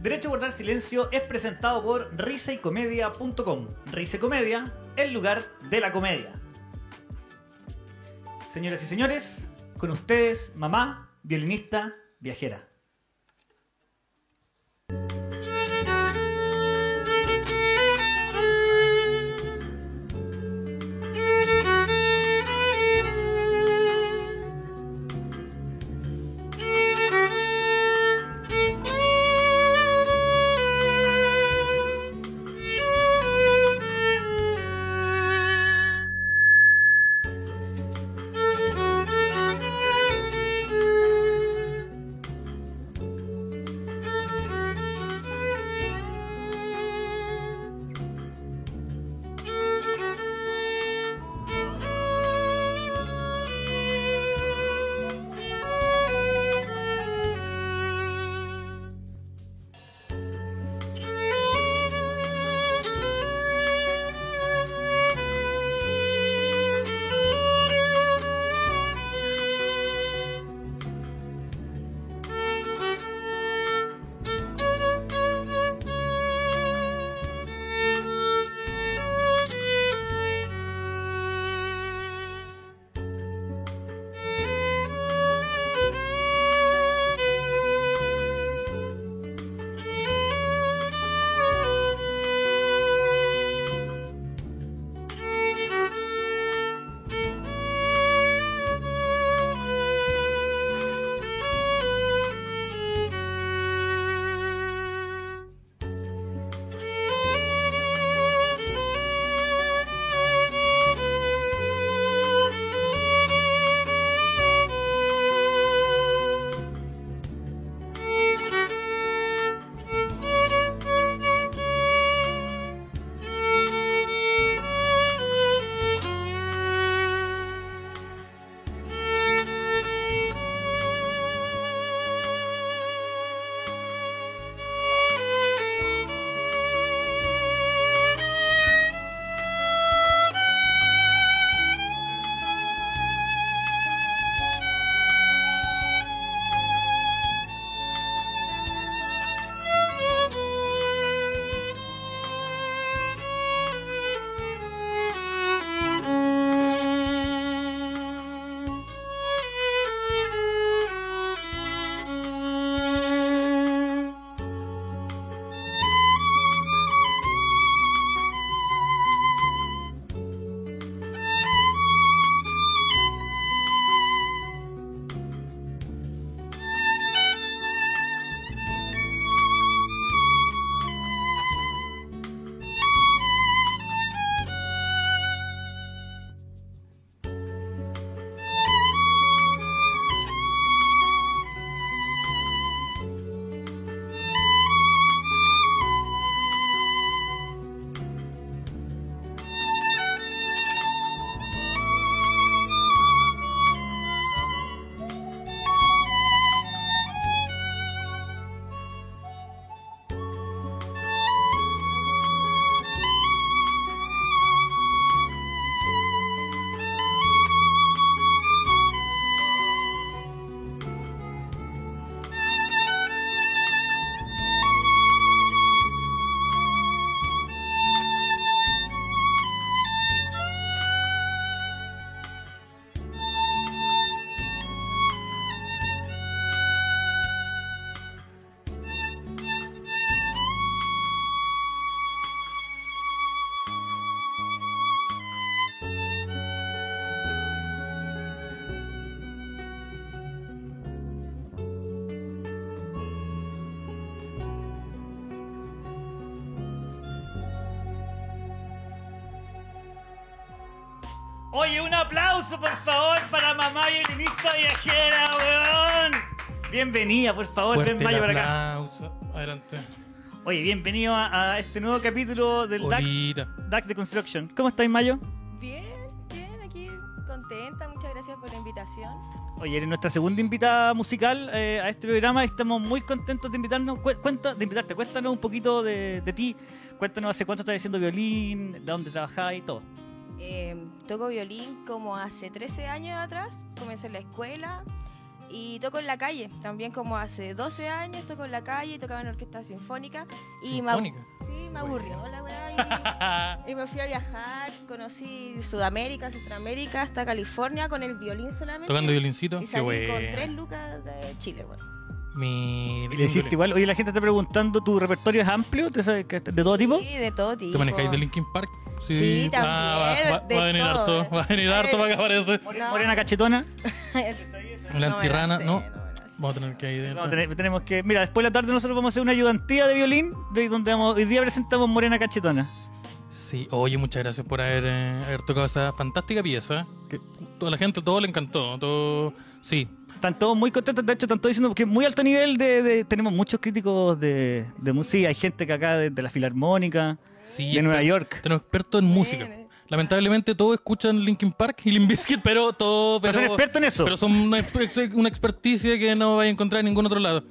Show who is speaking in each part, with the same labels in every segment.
Speaker 1: Derecho a guardar silencio es presentado por risaycomedia.com. Risa y Comedia, el lugar de la comedia. Señoras y señores, con ustedes, mamá, violinista, viajera. Oye, un aplauso por favor para mamá violinista viajera, weón. Bienvenida, por favor,
Speaker 2: Fuerte
Speaker 1: ven Mayo
Speaker 2: el
Speaker 1: para acá.
Speaker 2: aplauso. Adelante.
Speaker 1: Oye, bienvenido a, a este nuevo capítulo del DAX,
Speaker 2: Olita.
Speaker 1: DAX de Construction. ¿Cómo estáis, Mayo?
Speaker 3: Bien, bien, aquí contenta, muchas gracias por la invitación.
Speaker 1: Oye, eres nuestra segunda invitada musical eh, a este programa. Estamos muy contentos de invitarnos. Cu- cuenta, de invitarte, cuéntanos un poquito de, de ti. Cuéntanos hace cuánto estás haciendo violín, de dónde trabajás y todo.
Speaker 3: Em, Eh, toco violín como hace 13 años atrás, comencé en la escuela Y toco en la calle, también como hace 12 años toco en la calle, tocaba en la orquesta sinfónica y me abu-
Speaker 2: Sinfónica.
Speaker 3: sí, me aburrió la weá
Speaker 2: Ah,
Speaker 3: y, y me fui a viajar, conocí Sudamérica, Centroamérica, hasta California con el violín solamente.
Speaker 2: Tocando violincito.
Speaker 3: y
Speaker 2: Qué
Speaker 3: salí con tres
Speaker 2: bueno.
Speaker 3: lucas de Chile, bueno.
Speaker 2: Mi
Speaker 4: Y le hiciste
Speaker 2: índole.
Speaker 4: igual, oye, la gente está preguntando, ¿tu repertorio es amplio? ¿Te sabes que- ¿De todo tipo?
Speaker 3: Sí, de todo tipo.
Speaker 2: ¿Te manejáis de Linkin Park?
Speaker 3: Sí, también,
Speaker 2: va- va,
Speaker 3: de
Speaker 2: va a venir
Speaker 3: todo.
Speaker 2: harto. Va a venir harto para que aparece.
Speaker 4: More-
Speaker 3: No.
Speaker 4: Morena cachetona.
Speaker 2: La
Speaker 3: No me
Speaker 2: antirrana,
Speaker 3: sé,
Speaker 2: no.
Speaker 3: me la sé.
Speaker 2: Vamos a tener que ir.
Speaker 4: No, tene- tenemos que. Mira, después de la tarde nosotros vamos a hacer una ayudantía de violín, de donde vamos, hoy día presentamos Morena Cachetona.
Speaker 2: Sí, oye, muchas gracias por haber, eh, haber tocado esa fantástica pieza. Que toda la gente, todo le encantó. Todo... Sí,
Speaker 4: Están todos muy contentos, de hecho, están todos diciendo que muy alto nivel de. de- tenemos muchos críticos de, de música. Hay gente que acá de, de la Filarmónica,
Speaker 2: sí.
Speaker 4: de Nueva
Speaker 2: exper-
Speaker 4: York.
Speaker 2: Tenemos expertos en música.
Speaker 3: Bien.
Speaker 2: Lamentablemente todos escuchan Linkin Park y Limp Bizkit, pero todo.
Speaker 4: Pero
Speaker 2: Pero,
Speaker 4: son expertos en eso.
Speaker 2: pero son una, ex- una experticia que no vais a encontrar en ningún otro lado.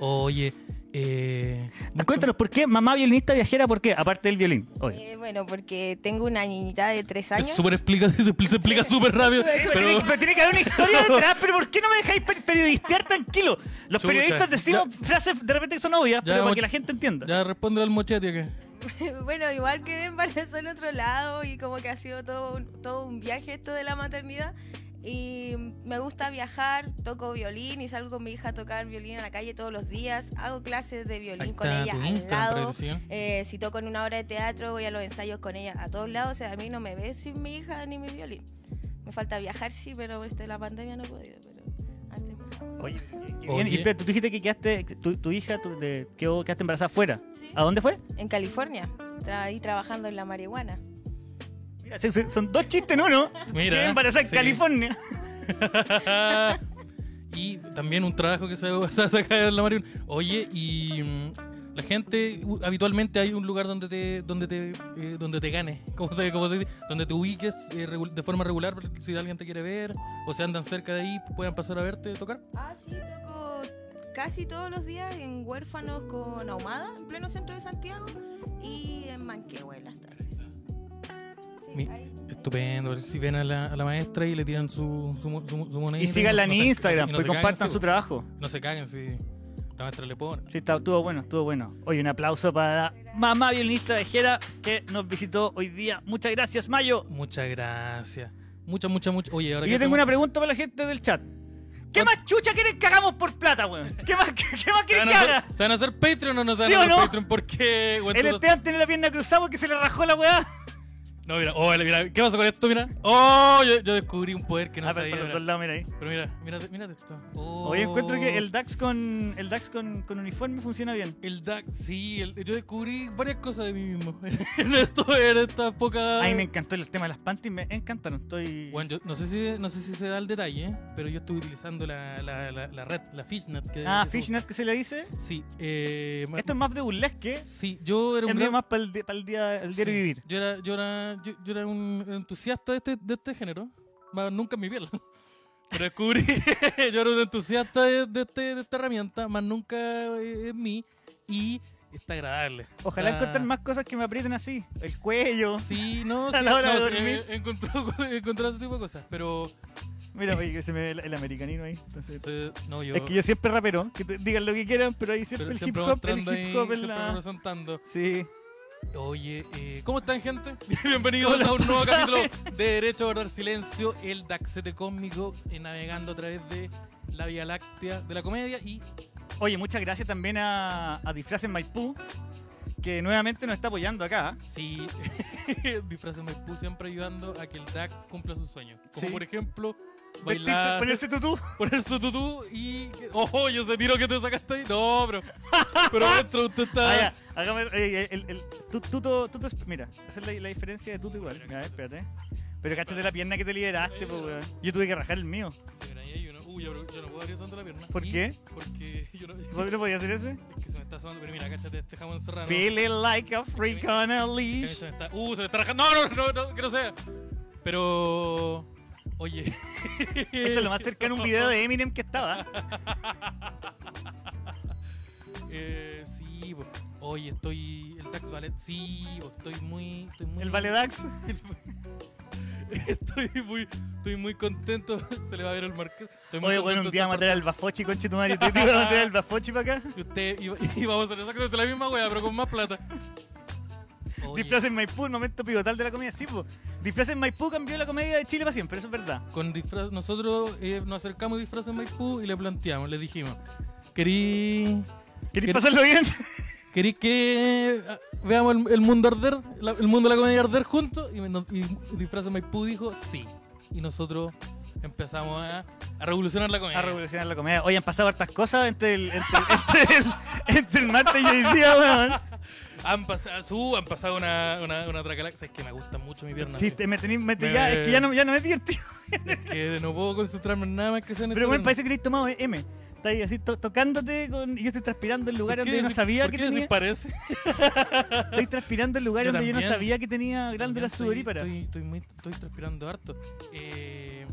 Speaker 2: Oye, eh.
Speaker 4: Cuéntanos, ¿por qué mamá violinista viajera? ¿Por qué? Aparte del violín. Oye.
Speaker 3: Eh, bueno, porque tengo una niñita de tres
Speaker 2: Es
Speaker 3: años.
Speaker 2: súper explica, se expli- se explica súper rápido.
Speaker 4: Pero,
Speaker 2: pero
Speaker 4: tiene, pero tiene que haber una historia detrás, pero ¿por qué no me dejáis per- periodistear tranquilo? Los
Speaker 2: Chucha,
Speaker 4: periodistas decimos frases de repente que son obvias, pero para
Speaker 2: vamos-
Speaker 4: que la gente entienda.
Speaker 2: ya responde al mochete que.
Speaker 3: bueno, igual quedé embarazada en otro lado y como que ha sido todo un, todo un viaje esto de la maternidad. Y me gusta viajar, toco violín y salgo con mi hija a tocar violín en la calle todos los días. Hago clases de
Speaker 2: Ahí
Speaker 3: violín con
Speaker 2: está
Speaker 3: ella
Speaker 2: tu
Speaker 3: al
Speaker 2: Instagram,
Speaker 3: lado.
Speaker 2: parece, ¿sí?
Speaker 3: Eh, si toco en una hora de teatro, voy a los ensayos con ella a todos lados. O sea, a mí no me ves sin mi hija ni mi violín. Me falta viajar, sí, pero este, la pandemia no he podido. Pero antes viajaba.
Speaker 4: Oye, qué bien.
Speaker 2: Oye.
Speaker 4: Y espera, tú dijiste que quedaste, que tu, tu hija tu- de- quedó, quedaste embarazada afuera.
Speaker 3: Sí.
Speaker 4: ¿A dónde fue?
Speaker 3: En California, tra- ahí trabajando en la marihuana.
Speaker 4: Mira, se- se- son dos chistes en uno.
Speaker 2: Mira,
Speaker 4: Quedé embarazada en
Speaker 2: sí.
Speaker 4: California.
Speaker 2: y también un trabajo que se se hace acá en la Marion. Oye, y mm, la gente u- habitualmente hay un lugar donde te donde te eh, donde te ganes, ¿cómo se, cómo se dice? Donde te ubiques eh, regu- de forma regular, porque si alguien te quiere ver o se andan cerca de ahí, puedan pasar a verte tocar.
Speaker 3: Ah, sí, toco casi todos los días en huérfanos con ahumada, en pleno centro de Santiago, y en Manquehue en las tardes. Sí,
Speaker 2: Mi-
Speaker 3: ahí-
Speaker 2: Estupendo, si ven a la, a la maestra y le tiran su, su, mo- su, mo- su moneda.
Speaker 4: Y síganla en
Speaker 2: no se-
Speaker 4: Instagram,
Speaker 2: y
Speaker 4: pues
Speaker 2: se
Speaker 4: compartan
Speaker 2: caguen, sí,
Speaker 4: su trabajo.
Speaker 2: No se caguen si la maestra le pone.
Speaker 4: Sí, está- estuvo bueno, estuvo bueno. Oye, un aplauso para la mamá violinista de Jera que nos visitó hoy día. Muchas gracias, Mayo.
Speaker 2: Muchas gracias. Muchas, muchas, muchas. Oye, ahora
Speaker 4: Y
Speaker 2: que
Speaker 4: yo tengo
Speaker 2: hacemos-
Speaker 4: una pregunta para la gente del chat. ¿Qué más chucha quieren que hagamos por plata, weón? ¿Qué más, qué, qué más
Speaker 2: ¿Se
Speaker 4: quieren
Speaker 2: van,
Speaker 4: que
Speaker 2: a
Speaker 4: haga?
Speaker 2: hacer, ¿Se van a hacer Patreon o no se van
Speaker 4: ¿Sí
Speaker 2: a
Speaker 4: o
Speaker 2: hacer
Speaker 4: no?
Speaker 2: Patreon? ¿Por qué? güey?
Speaker 4: El Esteban tiene la pierna cruzada porque se le rajó la weá.
Speaker 2: No, mira, oh, mira, ¿qué pasó con esto? Mira, oh, yo, yo descubrí un poder que no
Speaker 4: Ah, pero
Speaker 2: sabía.
Speaker 4: por los dos
Speaker 2: mira.
Speaker 4: lados, mira ahí.
Speaker 2: Pero mira, mira, mira esto. Oh.
Speaker 4: Oye, encuentro que el DAX con el DAX con, con uniforme funciona bien.
Speaker 2: El DAX, sí, el- yo descubrí varias cosas de mí mismo en, esto, en esta época.
Speaker 4: Ay, me encantó el tema de las panties, me encantaron. Estoy.
Speaker 2: Bueno, yo no sé, si, no sé si se da el detalle, pero yo estuve utilizando la, la, la, la red, la Fishnet. Que
Speaker 4: ah,
Speaker 2: que-
Speaker 4: Fishnet que se le dice.
Speaker 2: Sí, eh, ma-
Speaker 4: Esto es más de burlesque.
Speaker 2: sí, yo era
Speaker 4: Es
Speaker 2: un
Speaker 4: mío
Speaker 2: gran-
Speaker 4: más para el, di- para el día, el diario
Speaker 2: Sí,
Speaker 4: vivir.
Speaker 2: Yo era, yo era, yo, yo era un entusiasta de este, de este género. Más nunca en mi piel. Pero descubrí que yo era un entusiasta de, de este- de esta herramienta, más nunca eh, en mí. Y está agradable.
Speaker 4: Ojalá
Speaker 2: Está-
Speaker 4: encontrar más cosas que me aprieten así. El cuello.
Speaker 2: Sí, no, sí,
Speaker 4: A la hora de
Speaker 2: no, sí,
Speaker 4: dormir.
Speaker 2: eh, encontró, encontró ese tipo de cosas. Pero
Speaker 4: Mira, oye, que se me ve el, el americanino ahí. Entonces,
Speaker 2: eh, no, yo.
Speaker 4: Es que yo siempre rapero. Que te- digan lo que quieran, pero ahí siempre
Speaker 2: pero
Speaker 4: el hip
Speaker 2: siempre
Speaker 4: hop, el
Speaker 2: mostrando ahí,
Speaker 4: hip hop es
Speaker 2: siempre
Speaker 4: la.
Speaker 2: representando.
Speaker 4: Sí.
Speaker 2: Oye, eh, ¿cómo están, gente? Bienvenidos a un nuevo capítulo de Derecho a Guardar Silencio, el Daxete Cósmico, eh, navegando a través de la Vía Láctea de la comedia y
Speaker 4: Oye, muchas gracias también a, a Disfraces Maipú, que nuevamente nos está apoyando acá.
Speaker 2: sí, disfraces Maipú siempre ayudando a que el Dax cumpla sus sueños. Como
Speaker 4: Sí.
Speaker 2: por ejemplo,
Speaker 4: Vestirse,
Speaker 2: bailar, poner...
Speaker 4: ponerse tutú.
Speaker 2: su tutú y... ¡Ojo, yo ese tiro que te sacaste ahí! No, pero... Pero dentro usted está...
Speaker 4: Ah, ya. Hágame eh, el, el, tu- tuto, tuto es- mira, esa es la, la diferencia de tuto igual. Ya, espérate. Pero cachate la pierna que te liberaste, pues, weón. Yo tuve que rajar el mío.
Speaker 2: Sí, mira, ahí hay uno. Uy, ya, pero yo no puedo abrir tanto la pierna.
Speaker 4: ¿Por
Speaker 2: Y-
Speaker 4: qué?
Speaker 2: Porque yo no...
Speaker 4: ¿Vos no podías hacer ese?
Speaker 2: Es que se me está sonando, pero mira, cáchate este jamón serrano.
Speaker 4: Feeling like a freak on a leash.
Speaker 2: Se me está- Uh, se me está rajando. No, no, no, no, que no sea. Pero. Oye.
Speaker 4: Esto es lo más cercano a un video de Eminem que estaba.
Speaker 2: Eh, sí, po. Hoy estoy. El Dax Ballet, sí, o estoy muy. Estoy muy
Speaker 4: El Valedax.
Speaker 2: estoy muy. Estoy muy contento. Se le va a ver el marqués. Estoy muy
Speaker 4: Oye, bueno, un
Speaker 2: contento
Speaker 4: día
Speaker 2: de estar
Speaker 4: matar al Bafochi, conchetumare. Te digo, matar al Bafochi para acá.
Speaker 2: Y usted iba- y, vamos a hacer exactamente la misma wea, pero con más plata. Oye,
Speaker 4: Disfraz en Maipú, el momento pivotal de la comedia. Sí, po. Disfraz en Maipú cambió la comedia de Chile para siempre, eso es verdad.
Speaker 2: con disfraz, nosotros eh, nos acercamos a disfraz en Maipú y le planteamos, le dijimos, querí,
Speaker 4: ¿Queréis
Speaker 2: ¿Quer-
Speaker 4: pasarlo bien?
Speaker 2: querí que ah, veamos el, el mundo arder, la- el mundo de la comedia arder juntos y, nos- y disfraz en Maipú dijo sí y nosotros empezamos a, a revolucionar la comedia.
Speaker 4: A revolucionar la comedia. Hoy han pasado hartas cosas entre el, entre, el- entre el- entre el martes y hoy día, weón.
Speaker 2: han pasado, su, han pasado una, una, una tracalaxia, es que me gusta mucho mi pierna.
Speaker 4: Sí,
Speaker 2: tío.
Speaker 4: te- me tení- me-
Speaker 2: Me-
Speaker 4: ya, es que ya no, ya no me divertí.
Speaker 2: Es que no puedo concentrarme en nada más que sea en este esta
Speaker 4: Pero bueno,
Speaker 2: pierna.
Speaker 4: parece que habéis tomado M. Está ahí así to- tocándote con. y Yo estoy transpirando en lugares
Speaker 2: ¿Por
Speaker 4: donde yo
Speaker 2: qué
Speaker 4: no
Speaker 2: decís-
Speaker 4: sabía
Speaker 2: por
Speaker 4: que
Speaker 2: qué decís
Speaker 4: tenía.
Speaker 2: parece?
Speaker 4: Estoy transpirando en lugares
Speaker 2: Yo
Speaker 4: donde yo no
Speaker 2: también.
Speaker 4: sabía que tenía glándulas
Speaker 2: Estoy-
Speaker 4: sudoríparas.
Speaker 2: Estoy, estoy muy- estoy transpirando harto. Eh,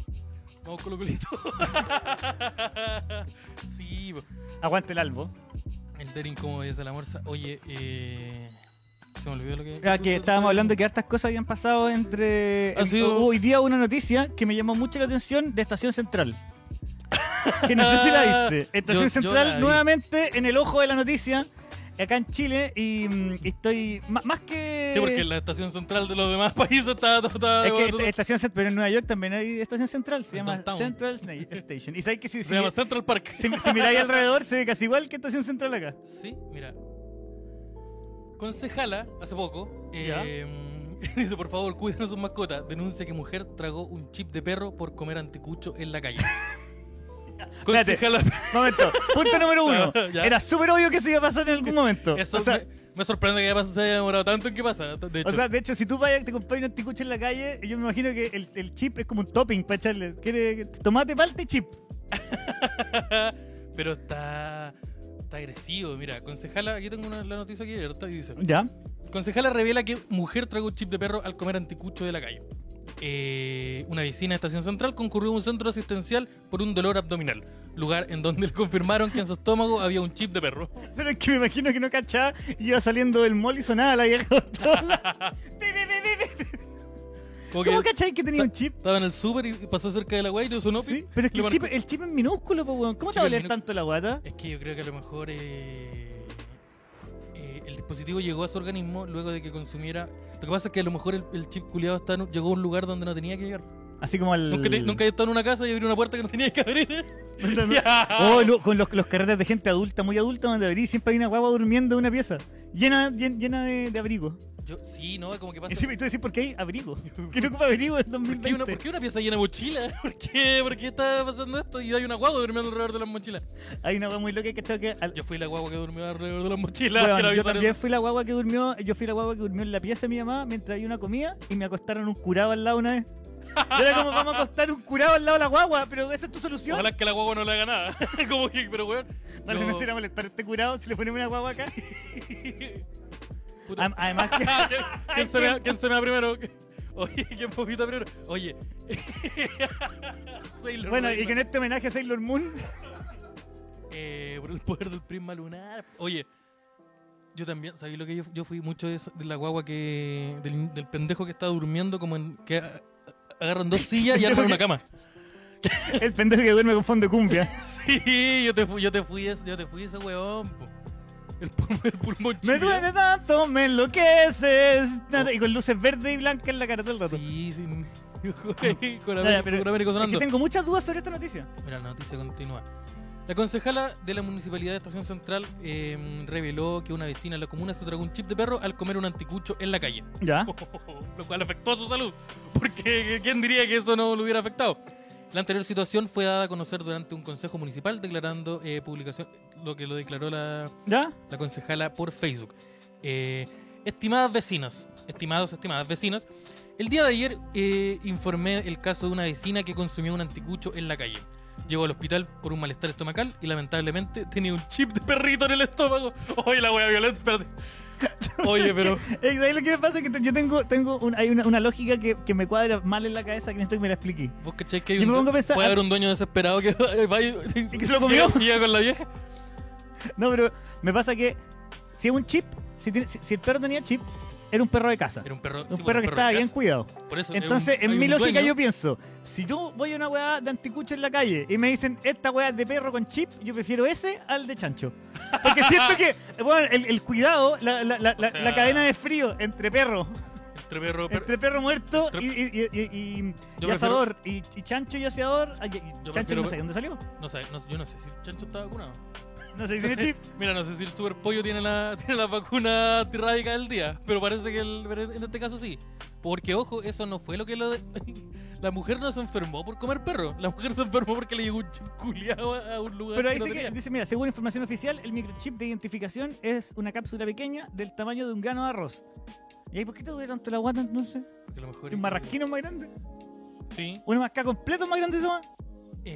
Speaker 2: vamos con lo culito. sí, po.
Speaker 4: Aguante el albo.
Speaker 2: el der incómodo es la morsa. Oye, eh, se me olvidó lo que.
Speaker 4: Ah, que estábamos hablando de que hartas cosas habían pasado entre.
Speaker 2: Ha
Speaker 4: el-
Speaker 2: sido-
Speaker 4: Hoy día una noticia que me llamó mucho la atención de Estación Central. que no sé si la viste. Estación
Speaker 2: Ah, Yo- yo
Speaker 4: Central
Speaker 2: la vi.
Speaker 4: nuevamente en el ojo de la noticia, acá en Chile, y mm, estoy. ma- Más que.
Speaker 2: Sí, porque la estación central de los demás países estaba todo.
Speaker 4: Es que esta- estación Central, pero en Nueva York también hay estación central, se
Speaker 2: En
Speaker 4: llama
Speaker 2: Downtown.
Speaker 4: Central Sna- Station. Y sabes que si, si,
Speaker 2: se llama Central Park.
Speaker 4: si- si miráis alrededor se ve casi igual que estación central acá.
Speaker 2: Sí, mira. Concejala, hace poco,
Speaker 4: Ya.
Speaker 2: eh, dice, por favor, cuiden a sus mascotas. Denuncia que mujer tragó un chip de perro por comer anticucho en la calle. Concejala,
Speaker 4: Momento, punto número uno.
Speaker 2: Ya.
Speaker 4: Era súper obvio que eso iba a pasar en algún momento.
Speaker 2: eso
Speaker 4: o, sea,
Speaker 2: me, me sorprende que haya pas- se haya demorado tanto en que pasa. De hecho,
Speaker 4: o sea, de hecho, si tú vayas te compras un anticucho en la calle, yo me imagino que el, el chip es como un topping para echarle. ¿Quiere tomate, palta y chip?
Speaker 2: pero está, está agresivo. Mira, concejala, aquí tengo una, la noticia aquí abierta y dice:
Speaker 4: Ya.
Speaker 2: Concejala revela que mujer tragó chip de perro al comer anticucho de la calle. Eh, una vecina de Estación Central concurrió a un centro asistencial por un dolor abdominal, lugar en donde le confirmaron que en su estómago había un chip de perro.
Speaker 4: Pero es que me imagino que no cachaba y iba saliendo del mall y sonaba la vieja. con toda la- Pi, pi, pi, pi, pi.
Speaker 2: Como que
Speaker 4: ¿Cómo cacháis que tenía un chip?
Speaker 2: estaba en el súper y pasó cerca de la guay y le sonó.
Speaker 4: Sí,
Speaker 2: pip,
Speaker 4: pero es que
Speaker 2: le
Speaker 4: el
Speaker 2: marcó.
Speaker 4: chip, el chip es minúsculo, po, weón. ¿Cómo te
Speaker 2: Chip
Speaker 4: va a
Speaker 2: es
Speaker 4: doler
Speaker 2: minú-
Speaker 4: tanto la guata?
Speaker 2: Es que yo creo que a lo mejor eh, eh, el dispositivo llegó a su organismo luego de que consumiera. Lo que pasa es que a lo mejor el, el chip culiado está en un- llegó a un lugar donde no tenía que llegar.
Speaker 4: Así como el.
Speaker 2: Nunca, te- nunca he estado en una casa y abrí una puerta que no tenía que abrir.
Speaker 4: No, no. Oh, lo- con los, los carretes de gente adulta, muy adulta, donde abrí siempre hay una guagua durmiendo en una pieza. Llena, llen- llena de, de abrigo.
Speaker 2: Yo, sí, no, como que pasa.
Speaker 4: Encima, Y tú decís, ¿por qué hay abrigo? ¿Qué no ocupa abrigo en
Speaker 2: ¿Por qué,
Speaker 4: 2020?
Speaker 2: una, por qué una pieza llena de mochila? ¿Por qué, ¿Por qué está pasando esto? Y hay una guagua durmiendo alrededor de las mochilas.
Speaker 4: Hay una guagua muy loca que cachado que. al-
Speaker 2: Yo fui la guagua que durmió alrededor de las mochilas.
Speaker 4: Weón,
Speaker 2: quiero
Speaker 4: yo
Speaker 2: avisar
Speaker 4: también
Speaker 2: eso.
Speaker 4: fui la guagua que durmió, yo fui la guagua que durmió en la pieza de mi mamá mientras había una comida y me acostaron un curado al lado una vez. Yo era como vamos a acostar un curado al lado de la guagua, pero esa es tu solución.
Speaker 2: Ojalá que la guagua no le haga nada. como que, pero weón.
Speaker 4: Dale,
Speaker 2: yo-
Speaker 4: no será molestar a este curado si le ponemos una guagua acá.
Speaker 2: Puta. ah,
Speaker 4: Am- Además que.
Speaker 2: ¿Quién, quién se me, ¿Quién se me va primero? Oye, ¿quién vomita primero? Oye. Sailor
Speaker 4: Bueno, y
Speaker 2: Moon.
Speaker 4: con este homenaje a Sailor Moon,
Speaker 2: Eh, por el poder del prisma lunar. Oye, yo también, ¿sabéis lo que yo, yo fui mucho de, esa- de la guagua que. Del, del pendejo que está durmiendo, como en. que a- a- agarran dos sillas y arman una cama.
Speaker 4: el pendejo que duerme con fondo de cumbia.
Speaker 2: Sí, yo te fui, yo te fui, ese- yo te fui ese weón. po. El, pul- el pulmón
Speaker 4: Me
Speaker 2: chico.
Speaker 4: duele tanto, me enloqueces. Nada, Y con luces verde y blanca en la cara todo el rato.
Speaker 2: Oh. Sí, sí. Güey, con,
Speaker 4: Ya, ya,
Speaker 2: Américo,
Speaker 4: pero
Speaker 2: con Américo
Speaker 4: Es que
Speaker 2: sonando.
Speaker 4: tengo muchas dudas sobre esta noticia.
Speaker 2: Mira, la noticia continúa. La concejala de la Municipalidad de Estación Central eh, reveló que una vecina de la comuna se tragó un chip de perro al comer un anticucho en la calle.
Speaker 4: Ya.
Speaker 2: lo cual afectó a su salud, porque ¿quién diría que eso no lo hubiera afectado? La anterior situación fue dada a conocer durante un consejo municipal declarando eh, publicación, lo que lo declaró la,
Speaker 4: ¿Ya?
Speaker 2: la concejala por Facebook. Eh, estimadas vecinas, estimados, estimadas vecinas, el día de ayer eh, informé el caso de una vecina que consumió un anticucho en la calle. Llegó al hospital por un malestar estomacal y lamentablemente tenía un chip de perrito en el estómago. Oye, la wea violenta, espérate. Oye, pero.
Speaker 4: Eh, ¿sabes lo que me pasa? Que te- yo tengo, tengo un- hay una, una lógica que, que me cuadra mal en la cabeza que necesito que me la explique.
Speaker 2: ¿Vos cacháis que hay
Speaker 4: Yo
Speaker 2: un
Speaker 4: me
Speaker 2: due-
Speaker 4: pongo a pensar- ah,
Speaker 2: puede haber un dueño desesperado que va y,
Speaker 4: que se lo comió?
Speaker 2: llega- llega con la vieja?
Speaker 4: No, pero me pasa que si es un chip, si, tiene- si- si el perro tenía chip, era un perro de casa.
Speaker 2: Era un perro, sí,
Speaker 4: un
Speaker 2: bueno,
Speaker 4: perro que
Speaker 2: de
Speaker 4: estaba bien
Speaker 2: casa.
Speaker 4: cuidado.
Speaker 2: Por eso,
Speaker 4: Entonces,
Speaker 2: es un- hay
Speaker 4: en mi
Speaker 2: un
Speaker 4: lógica
Speaker 2: dueño.
Speaker 4: yo pienso, si yo voy a una weá de anticucho en la calle y me dicen, esta weá es de perro con chip, yo prefiero ese al de chancho. Porque siento que, bueno, el, el cuidado, la, la- la-
Speaker 2: O
Speaker 4: la-
Speaker 2: sea-
Speaker 4: la cadena de frío entre perro,
Speaker 2: Entre perro, per-
Speaker 4: entre perro muerto
Speaker 2: entre-
Speaker 4: y, y- y- y- y- y
Speaker 2: yo prefiero-
Speaker 4: asador, y, y chancho y aseador, ay, y- chancho
Speaker 2: prefiero-
Speaker 4: no sé, ¿dónde salió?
Speaker 2: No sé, no sé, yo no sé si el chancho está vacunado.
Speaker 4: No sé si tiene chip.
Speaker 2: Mira, no sé si el super pollo tiene la, tiene la vacuna antirrábica del día, pero parece que el, pero en este caso sí. Porque, ojo, eso no fue lo que lo. de- La mujer no se enfermó por comer perro. La mujer se enfermó porque le llegó un chip culiado a un lugar
Speaker 4: Pero ahí
Speaker 2: que no
Speaker 4: dice, que,
Speaker 2: tenía.
Speaker 4: dice, mira, según información oficial, el microchip de identificación es una cápsula pequeña del tamaño de un grano de arroz. ¿Y ahí por qué te tuvieron la guata entonces?
Speaker 2: Porque a lo mejor.
Speaker 4: ¿Un marrasquino más grande?
Speaker 2: Sí.
Speaker 4: ¿Una mascada completo más grande esa weá?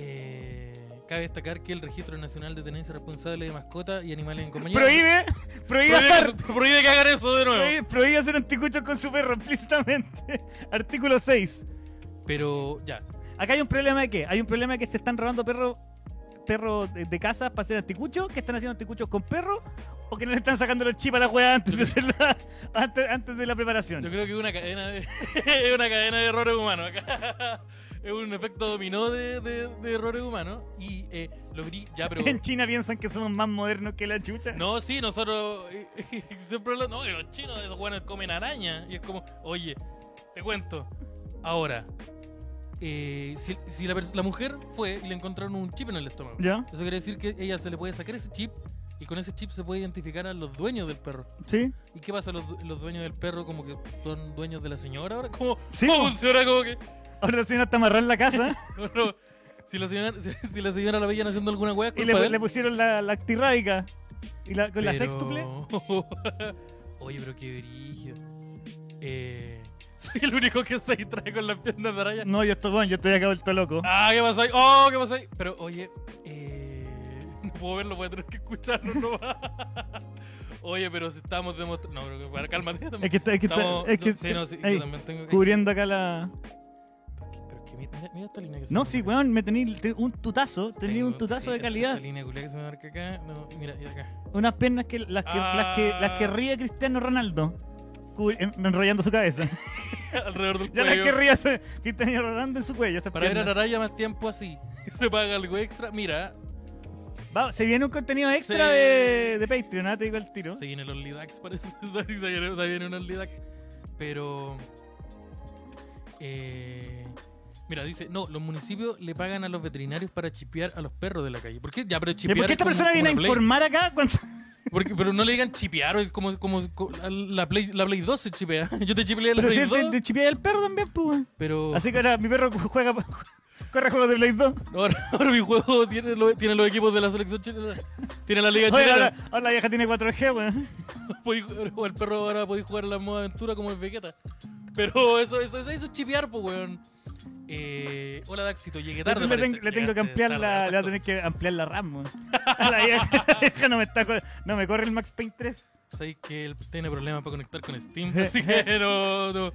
Speaker 2: Eh, cabe destacar que el Registro Nacional de Tenencia Responsable de Mascotas y Animales en Compañía.
Speaker 4: Prohíbe, prohíbe
Speaker 2: prohíbe,
Speaker 4: hacer,
Speaker 2: que- prohíbe que hagan eso de nuevo.
Speaker 4: prohíbe, prohíbe hacer anticuchos con su perro explícitamente. Artículo 6.
Speaker 2: Pero ya,
Speaker 4: Acá hay un problema de qué? Hay un problema de que se están robando perros perros de, de casa para hacer anticuchos, que están haciendo anticuchos con perros o que no le están sacando los chips a la weá antes de, hacerla- antes, antes de la preparación.
Speaker 2: Yo creo que es una cadena de, es una cadena de errores humanos. Acá es un efecto dominó de, de- de errores humanos. Y eh, lo gri- ya, pero.
Speaker 4: En China piensan que somos más modernos que la chucha.
Speaker 2: No, sí, nosotros eh, siempre lo- No, que los chinos esos buenos comen araña. Y es como, oye, te cuento. Ahora, eh, si, si la, pers- la mujer fue y le encontraron un chip en el estómago.
Speaker 4: ¿Ya?
Speaker 2: Eso quiere decir que ella se le puede sacar ese chip y con ese chip se puede identificar a los dueños del perro.
Speaker 4: ¿Sí?
Speaker 2: ¿Y qué pasa? ¿Los, du- los dueños del perro como que son dueños de la señora ahora? ¿Cómo,
Speaker 4: Sí,
Speaker 2: cómo
Speaker 4: po.
Speaker 2: funciona? Como que...
Speaker 4: Ahora la señora está amarrada en la casa
Speaker 2: Bueno, si, la señora, si, si la señora la veían haciendo alguna hueá,
Speaker 4: y le, le pusieron la, la actirrábica. Y la, con la sextuple.
Speaker 2: Oye, pero qué brillo. Eh, soy el único que se distrae con las piernas de raya.
Speaker 4: No, yo estoy bueno, yo estoy acá vuelto loco.
Speaker 2: Ah, ¿qué pasó ahí? Oh, ¿qué pasó ahí? Pero, oye, eh, no puedo verlo, voy a tener que escucharlo nomás. oye, pero si estamos demostrando... No, pero que- para- cálmate.
Speaker 4: Es que está, es que está-
Speaker 2: Estamos-
Speaker 4: es que-
Speaker 2: sí, no, sí, yo
Speaker 4: ey,
Speaker 2: también tengo que-
Speaker 4: cubriendo acá la.
Speaker 2: Pero es que mira, mira- mira esta línea que se
Speaker 4: No,
Speaker 2: me
Speaker 4: sí,
Speaker 2: marca.
Speaker 4: weón, me tenía un tutazo, tenía un
Speaker 2: Tengo- sí,
Speaker 4: tutazo de
Speaker 2: esta-
Speaker 4: calidad.
Speaker 2: esta línea culia que se me marca acá. No, y mira, y acá.
Speaker 4: Unas piernas que las que, las que, las
Speaker 2: Ah.
Speaker 4: que ríe Cristiano Ronaldo. cubri- en- Enrollando su cabeza.
Speaker 2: Alrededor del
Speaker 4: Ya las
Speaker 2: cuello.
Speaker 4: que ríe hace Cristiano Ronaldo en su cuello. esas
Speaker 2: Para ver a
Speaker 4: piernas.
Speaker 2: Naraya más tiempo así. Se paga algo extra. Mira,
Speaker 4: Va, se viene un contenido extra
Speaker 2: Sí.
Speaker 4: de, de Patreon, ah, te digo el tiro.
Speaker 2: se viene el Only Dax, parece. Se viene, se viene un Only Dax. Pero. eh, mira, dice: No, los municipios le pagan a los veterinarios para chipear a los perros de la calle. ¿Por qué? Ya, pero
Speaker 4: ¿Y
Speaker 2: chipear.
Speaker 4: ¿Por qué
Speaker 2: es
Speaker 4: esta
Speaker 2: como-
Speaker 4: persona
Speaker 2: como
Speaker 4: viene a
Speaker 2: la Play.
Speaker 4: informar acá? cuando-
Speaker 2: Porque, pero no le digan chipear, o como, como, co- la, Play, la Play 2 se chipea. Yo te chipeé la
Speaker 4: Pero
Speaker 2: Play
Speaker 4: si es
Speaker 2: 2.
Speaker 4: de, de chipear al perro también, pues. weón.
Speaker 2: Pero.
Speaker 4: Así que ahora mi perro juega. Corre juegos de Play 2.
Speaker 2: Ahora, ahora mi juego tiene, lo- tiene los equipos de la selección chilena. Tiene la Liga
Speaker 4: Oye,
Speaker 2: Chilena.
Speaker 4: ahora, ahora la vieja tiene 4G, weón.
Speaker 2: Podí jugar- o el perro ahora podéis jugar a la moda aventura como en Vegeta. Pero eso, eso, eso, eso es chipear, pues, weón. Eh, hola, Daxito, llegué tarde.
Speaker 4: Le,
Speaker 2: parece.
Speaker 4: tengo- le tengo que
Speaker 2: Llegaste
Speaker 4: ampliar
Speaker 2: tarde
Speaker 4: la, le
Speaker 2: a
Speaker 4: voy a
Speaker 2: estas
Speaker 4: tener que ampliar la RAM. weón. A la vieja, la vieja no me está, co- no me corre el Max Paint 3.
Speaker 2: cosas. Sabéis que él tiene problemas para conectar con Steam, así que no. no.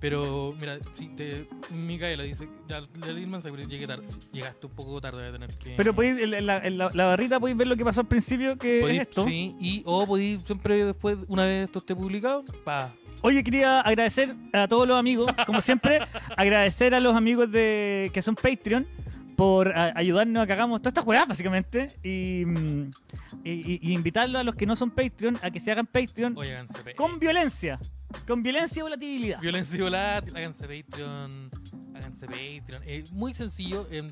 Speaker 2: Pero, mira, si te, Micaela dice, ya le leí el mensaje, pero llegué tarde. Sí, Llegaste un poco tarde, voy a tener que.
Speaker 4: Pero podéis, en, la- en la, en la- la barrita podéis ver lo que pasó al principio, que
Speaker 2: Podí-
Speaker 4: es esto.
Speaker 2: Sí, y o podéis siempre después, una vez esto esté publicado, pa.
Speaker 4: Oye, quería agradecer a todos los amigos, como siempre, agradecer a los amigos de que son Patreon por a- ayudarnos a que hagamos todas estas jugadas, básicamente. Y, mm, y, y- y invitarlos a los que no son Patreon a que se hagan Patreon
Speaker 2: Oye, háganse pe-
Speaker 4: con violencia. Con violencia y volatilidad.
Speaker 2: Violencia y volátil, háganse Patreon, háganse Patreon. Eh, muy sencillo, en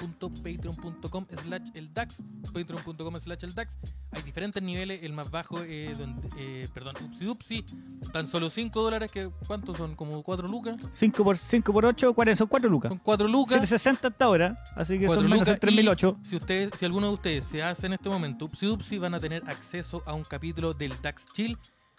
Speaker 2: www.patreon.com slash el DAX, patreon.com slash el DAX. Hay diferentes niveles, el más bajo, eh, donde, eh, perdón, upsi upsi, tan solo 5 dólares, que ¿cuántos son? Como 4 lucas.
Speaker 4: 5 por, 5 por 8, 40, son 4 lucas.
Speaker 2: Son 4 lucas.
Speaker 4: 760 hasta ahora, así que
Speaker 2: 4
Speaker 4: son menos
Speaker 2: lucas.
Speaker 4: de 3008.
Speaker 2: Y Si, ustedes, si alguno de ustedes se hace en este momento upsi upsi, van a tener acceso a un capítulo del DAX Chill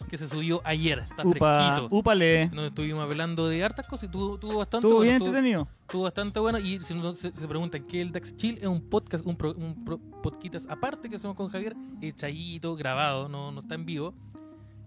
Speaker 2: que se subió ayer. Está
Speaker 4: Upa,
Speaker 2: fresquito.
Speaker 4: úpale.
Speaker 2: Nos estuvimos hablando de hartas cosas y tuvo, tuvo bastante
Speaker 4: Estuvo
Speaker 2: bueno,
Speaker 4: bien
Speaker 2: estuvo-
Speaker 4: entretenido.
Speaker 2: Estuvo bastante bueno. Y si no se, se preguntan qué es el Dax Chill, es un podcast, un, pro, un pro- podcast aparte que hacemos con Javier, echadito, grabado, no, no está en vivo.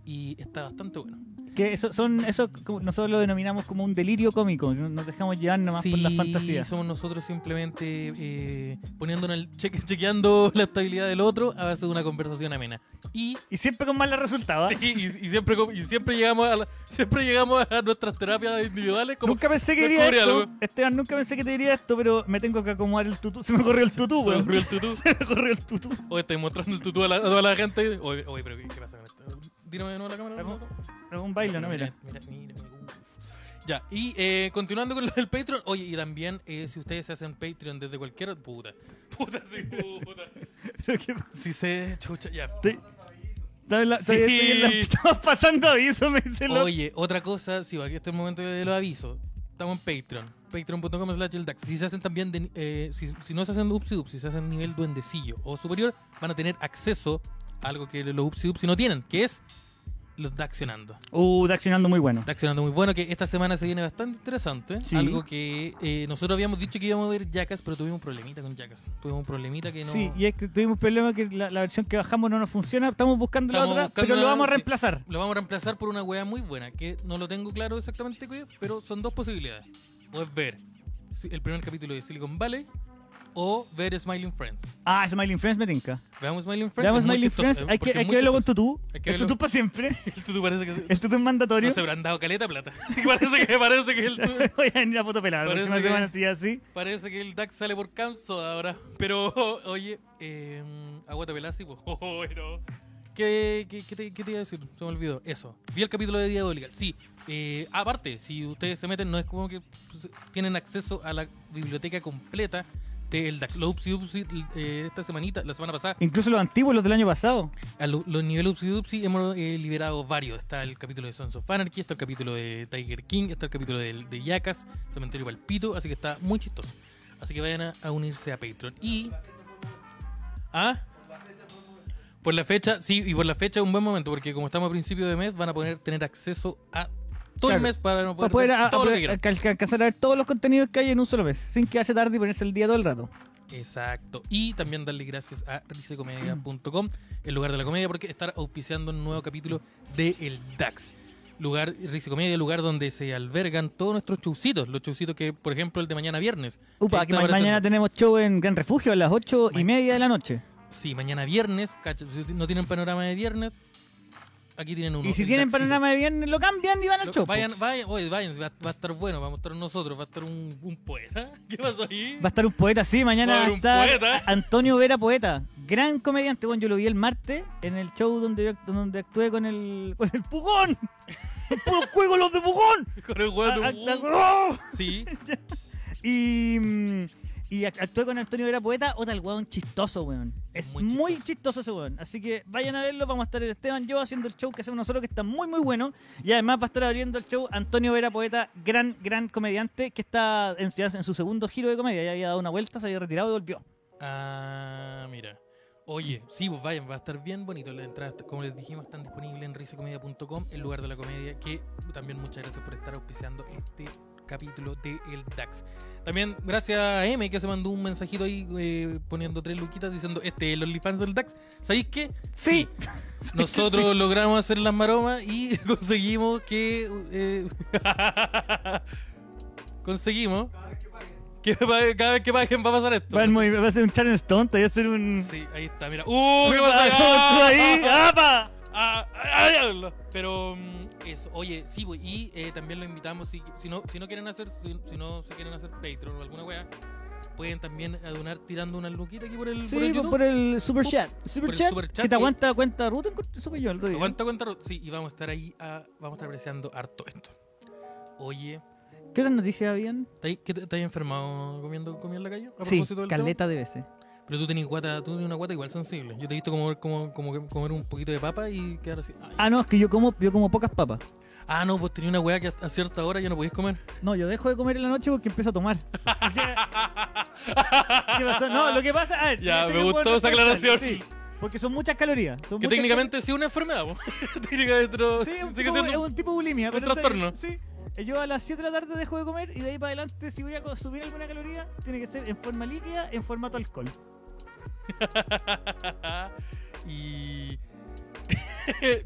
Speaker 2: Y está bastante bueno.
Speaker 4: Que eso, son, eso como- nosotros lo denominamos como un delirio cómico. no- Nos dejamos llevar nomás por las fantasías.
Speaker 2: somos nosotros simplemente eh, poniéndonos el cheque- chequeando la estabilidad del otro a base de una conversación amena. Y,
Speaker 4: Y siempre con malos resultados. ¿ah?
Speaker 2: sí, y- y siempre, com- y siempre, llegamos a la- siempre llegamos a nuestras terapias individuales como
Speaker 4: Nunca pensé que
Speaker 2: Me
Speaker 4: diría
Speaker 2: ocurre
Speaker 4: esto.
Speaker 2: algo.
Speaker 4: Esteban, nunca pensé que te diría esto, pero me tengo que acomodar el tutú. Se me corrió el tutú,
Speaker 2: Se me
Speaker 4: weón.
Speaker 2: ocurrió el tutú.
Speaker 4: Se me corrió el tutú.
Speaker 2: Oye, estoy mostrando el tutú a la, a toda la gente. Oye, oye, pero ¿qué, qué pasa con esto? Dírame de nuevo la cámara.
Speaker 4: Vamos. Es un baile, ¿no? Mira.
Speaker 2: Mira, mira, mira, uf. Ya, y eh, continuando con lo del Patreon, oye, y también eh, si ustedes se hacen Patreon desde cualquier. Puta, puta, sí, puta.
Speaker 4: Pero qué pasa.
Speaker 2: Si se chucha, ya.
Speaker 4: Estoy- estoy en la- estoy- estoy en la-
Speaker 2: Sí.
Speaker 4: Estamos pasando aviso, me dice lo-
Speaker 2: Oye, otra cosa, si va aquí este es el momento de los avisos, estamos en Patreon, patreon.com slash el DAX. Si se hacen también, de- eh, si, si no se hacen Upsi Ups, si se hacen nivel duendecillo o superior, van a tener acceso a algo que los Upsi Ups no tienen, que es los Daxionando.
Speaker 4: Uh, está accionando muy bueno.
Speaker 2: Está accionando muy bueno, que esta semana se viene bastante interesante.
Speaker 4: Sí.
Speaker 2: Algo que eh, nosotros habíamos dicho que íbamos a ver Jackass, pero tuvimos un problemita con Jackass. Tuvimos un problemita que no...
Speaker 4: Sí, y es que tuvimos problema que la, la versión que bajamos no nos funciona. Estamos buscando
Speaker 2: Estamos
Speaker 4: la otra,
Speaker 2: buscando
Speaker 4: pero
Speaker 2: la-
Speaker 4: lo vamos a
Speaker 2: sí.
Speaker 4: reemplazar.
Speaker 2: Lo vamos a reemplazar por una weá muy buena, que no lo tengo claro exactamente qué, pero son dos posibilidades. O es ver si- el primer capítulo de Silicon Valley o ver Smiling Friends.
Speaker 4: Ah, Smiling Friends me tinca.
Speaker 2: Veamos Smiling Friends.
Speaker 4: Veamos
Speaker 2: es muy
Speaker 4: Smiling
Speaker 2: chistoso,
Speaker 4: Friends.
Speaker 2: eh,
Speaker 4: Hay que,
Speaker 2: porque
Speaker 4: hay
Speaker 2: es
Speaker 4: que
Speaker 2: muy
Speaker 4: verlo con
Speaker 2: chistoso.
Speaker 4: tutú.
Speaker 2: Hay que
Speaker 4: El
Speaker 2: verlo-
Speaker 4: tutú para siempre.
Speaker 2: El tutu parece que...
Speaker 4: El tutú es
Speaker 2: no
Speaker 4: mandatorio.
Speaker 2: se habrán dado caleta plata. parece que parece que el tutu-
Speaker 4: Voy a venir a foto pelada. La
Speaker 2: Parece
Speaker 4: próxima
Speaker 2: que-
Speaker 4: semana sí, así.
Speaker 2: Parece que el DAX sale por canso ahora. Pero, oye, eh, Aguata Pelasi, pues. oh, bueno. ¿Qué, qué, qué te, qué te iba a decir? Se me olvidó. Eso. Vi el capítulo de Diabólica. Sí. eh, aparte, si ustedes se meten, no es como que pues, tienen acceso a la biblioteca completa del DAX. Los Upsi Upsi, eh, esta semanita, la semana pasada,
Speaker 4: Incluso los antiguos, los del año pasado.
Speaker 2: a lo- los niveles Upsi Upsi hemos eh, liberado varios. Está el capítulo de Sons of Anarchy, está el capítulo de Tiger King, está el capítulo del- de Yacas, Cementerio Palpito, así que está muy chistoso. Así que vayan a, a unirse a Patreon. Y. ¿Ah? Por la fecha, sí, y por la fecha es un buen momento, porque como estamos a principio de mes, van a poder tener acceso a todo el
Speaker 4: Claro.
Speaker 2: mes para no
Speaker 4: Para poder
Speaker 2: poder, ver
Speaker 4: a-
Speaker 2: todo lo que
Speaker 4: a-
Speaker 2: quieran.
Speaker 4: alca- alcanzar a ver todos los contenidos que hay en un solo mes. Sin quedarse tarde y ponerse el día todo el rato.
Speaker 2: Exacto. Y también darle gracias a risecomedia.com, el lugar de la comedia, porque estar auspiciando un nuevo capítulo de El DAX. Lugar, Risecomedia, el lugar donde se albergan todos nuestros showcitos. Los showcitos que, por ejemplo, el de mañana viernes.
Speaker 4: Upa,
Speaker 2: Está
Speaker 4: que ma-
Speaker 2: para
Speaker 4: mañana
Speaker 2: hacer-
Speaker 4: tenemos show en Gran Refugio a las ocho y
Speaker 2: Ma-
Speaker 4: media de la noche.
Speaker 2: Sí, mañana viernes. cacha, si no tienen panorama de viernes, aquí tienen uno.
Speaker 4: Y si
Speaker 2: el
Speaker 4: tienen
Speaker 2: Daxito.
Speaker 4: panorama de viernes, lo cambian y van al
Speaker 2: Lo-
Speaker 4: show. po.
Speaker 2: Vayan, vayan, oye, vayan, va, va a estar bueno, vamos a estar nosotros, va a estar un, un poeta. ¿Qué pasó ahí?
Speaker 4: Va a estar un poeta, sí, mañana
Speaker 2: Va
Speaker 4: va
Speaker 2: a
Speaker 4: a
Speaker 2: haber un
Speaker 4: estar
Speaker 2: poeta.
Speaker 4: Antonio Vera Poeta, gran comediante. Bueno, yo lo vi el martes en el show donde, yo act- donde actué con el, con el Pugón. ¡Puros juego los de Ah, Pugón!
Speaker 2: Con el huevo.
Speaker 4: A- a-
Speaker 2: Sí,
Speaker 4: Y, mm, y ac- actué con Antonio Vera Poeta, otra el weón chistoso, weón. Es
Speaker 2: Muy
Speaker 4: muy, chistoso.
Speaker 2: chistoso.
Speaker 4: ese weón. Así que vayan a verlo, vamos a estar el Esteban, yo haciendo el show que hacemos nosotros, que está muy, muy bueno. Y además va a estar abriendo el show Antonio Vera Poeta, gran, gran comediante, que está en, su- en su segundo giro de comedia. Ya había dado una vuelta, se había retirado y volvió.
Speaker 2: Ah, mira. Oye, sí, pues vayan, va a estar bien bonito la entrada. Como les dijimos, están disponibles en risecomedia.com, el lugar de la comedia, que también muchas gracias por estar auspiciando este capítulo de El DAX. También gracias a M que se mandó un mensajito ahí eh, poniendo tres luquitas diciendo, este es el OnlyFans del DAX. ¿Sabéis qué?
Speaker 4: Sí.
Speaker 2: Nosotros logramos hacer las maromas y conseguimos que... eh, conseguimos... Que pague- cada vez que paguen va a pasar esto.
Speaker 4: Va, el movi- va a ser un Charles Stone, te voy a hacer un... ¡Oh,
Speaker 2: Sí, ahí está, mira. ¡Uh! ¿Qué
Speaker 4: Mm. Va,
Speaker 2: pasa?
Speaker 4: tú ahí, ¡apa!
Speaker 2: Ah, ah, ah, diablo. Pero mm, eso, oye, sí, pues, y eh, también lo invitamos, si, si, no, si no quieren hacer, si, si no se quieren hacer Patreon o alguna wea, pueden también donar tirando una luquita aquí por el, por el
Speaker 4: Sí, pues,
Speaker 2: YouTube.
Speaker 4: por el super chat. Super
Speaker 2: el
Speaker 4: chat.
Speaker 2: super chat
Speaker 4: Que te
Speaker 2: y-
Speaker 4: aguanta cuenta Ruth, encontré- supe yo el otro día.
Speaker 2: Aguanta, aguanta, Ro- sí, y vamos a estar ahí, a- vamos a estar apreciando harto esto. Oye,
Speaker 4: ¿Qué otras noticias habían?
Speaker 2: ¿estáis qué te- estáis enfermado comiendo comida en la calle? A
Speaker 4: Sí,
Speaker 2: propósito del tema.
Speaker 4: caleta de veces.
Speaker 2: Pero tú tenés guata, tú tenés una guata igual sensible. Yo te he visto como, como, como que- comer un poquito de papa y quedar así. ay.
Speaker 4: Ah, no, es que yo como, yo como pocas papas.
Speaker 2: Ah, no, vos tenías una weá que a- a cierta hora ya no podías comer.
Speaker 4: No, yo dejo de comer en la noche porque empiezo a tomar. ¿Qué pasó? No, lo que pasa. A ver, este
Speaker 2: Ya,
Speaker 4: cacha
Speaker 2: me
Speaker 4: que
Speaker 2: gustó
Speaker 4: puedo
Speaker 2: esa
Speaker 4: responsable,
Speaker 2: aclaración.
Speaker 4: sí, porque son muchas calorías. Son
Speaker 2: Que
Speaker 4: muchas
Speaker 2: técnicamente sí es una enfermedad, po. técnicamente no-
Speaker 4: calorías. Sí, es un,
Speaker 2: sigue
Speaker 4: tipo,
Speaker 2: siendo-
Speaker 4: es un tipo de bulimia.
Speaker 2: un
Speaker 4: pero está bien,
Speaker 2: trastorno.
Speaker 4: Sí. Eh, Yo a las 7 de la tarde dejo de comer y de ahí para adelante, si voy a co- subir alguna caloría, tiene que ser en forma líquida, en formato alcohol.
Speaker 2: y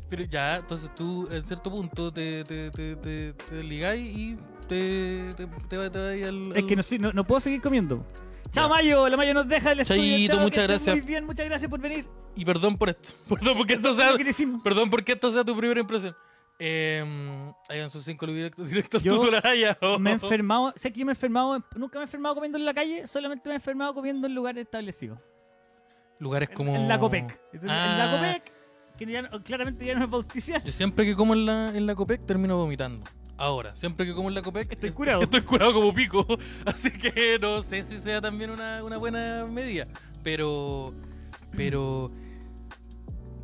Speaker 2: Pero ya, entonces tú en cierto punto te, te, te, te, te ligáis y te, te, te, va- te vais al,
Speaker 4: Es que
Speaker 2: al-
Speaker 4: no, soy- no, no puedo seguir comiendo. Chao,
Speaker 2: Ya.
Speaker 4: Mayo. La Mayo nos deja el estudio.
Speaker 2: Chaito,
Speaker 4: Chao, que
Speaker 2: muchas
Speaker 4: estés
Speaker 2: gracias.
Speaker 4: Muy bien, muchas gracias por venir.
Speaker 2: Y perdón por esto. Perdón porque esto sea,
Speaker 4: Lo que te hicimos.
Speaker 2: perdón porque esto sea tu primera impresión. Eh, hagan sus cinco directos, directos oh.
Speaker 4: Yo
Speaker 2: tutoraya.
Speaker 4: Me he enfermado. Sé que yo me he enfermado. Nunca me he enfermado comiendo en la calle. Solamente me he enfermado comiendo en lugares establecidos.
Speaker 2: Lugares como.
Speaker 4: En la COPEC. Entonces, En la
Speaker 2: Ah.
Speaker 4: COPEC. Que ya no- claramente ya no es bautizar.
Speaker 2: Yo siempre que como en la, en la Copec termino vomitando. Ahora, siempre que como en la Copec
Speaker 4: Estoy
Speaker 2: es-
Speaker 4: curado.
Speaker 2: estoy curado como pico. Así que no sé si sea también una, una buena medida. Pero. Pero.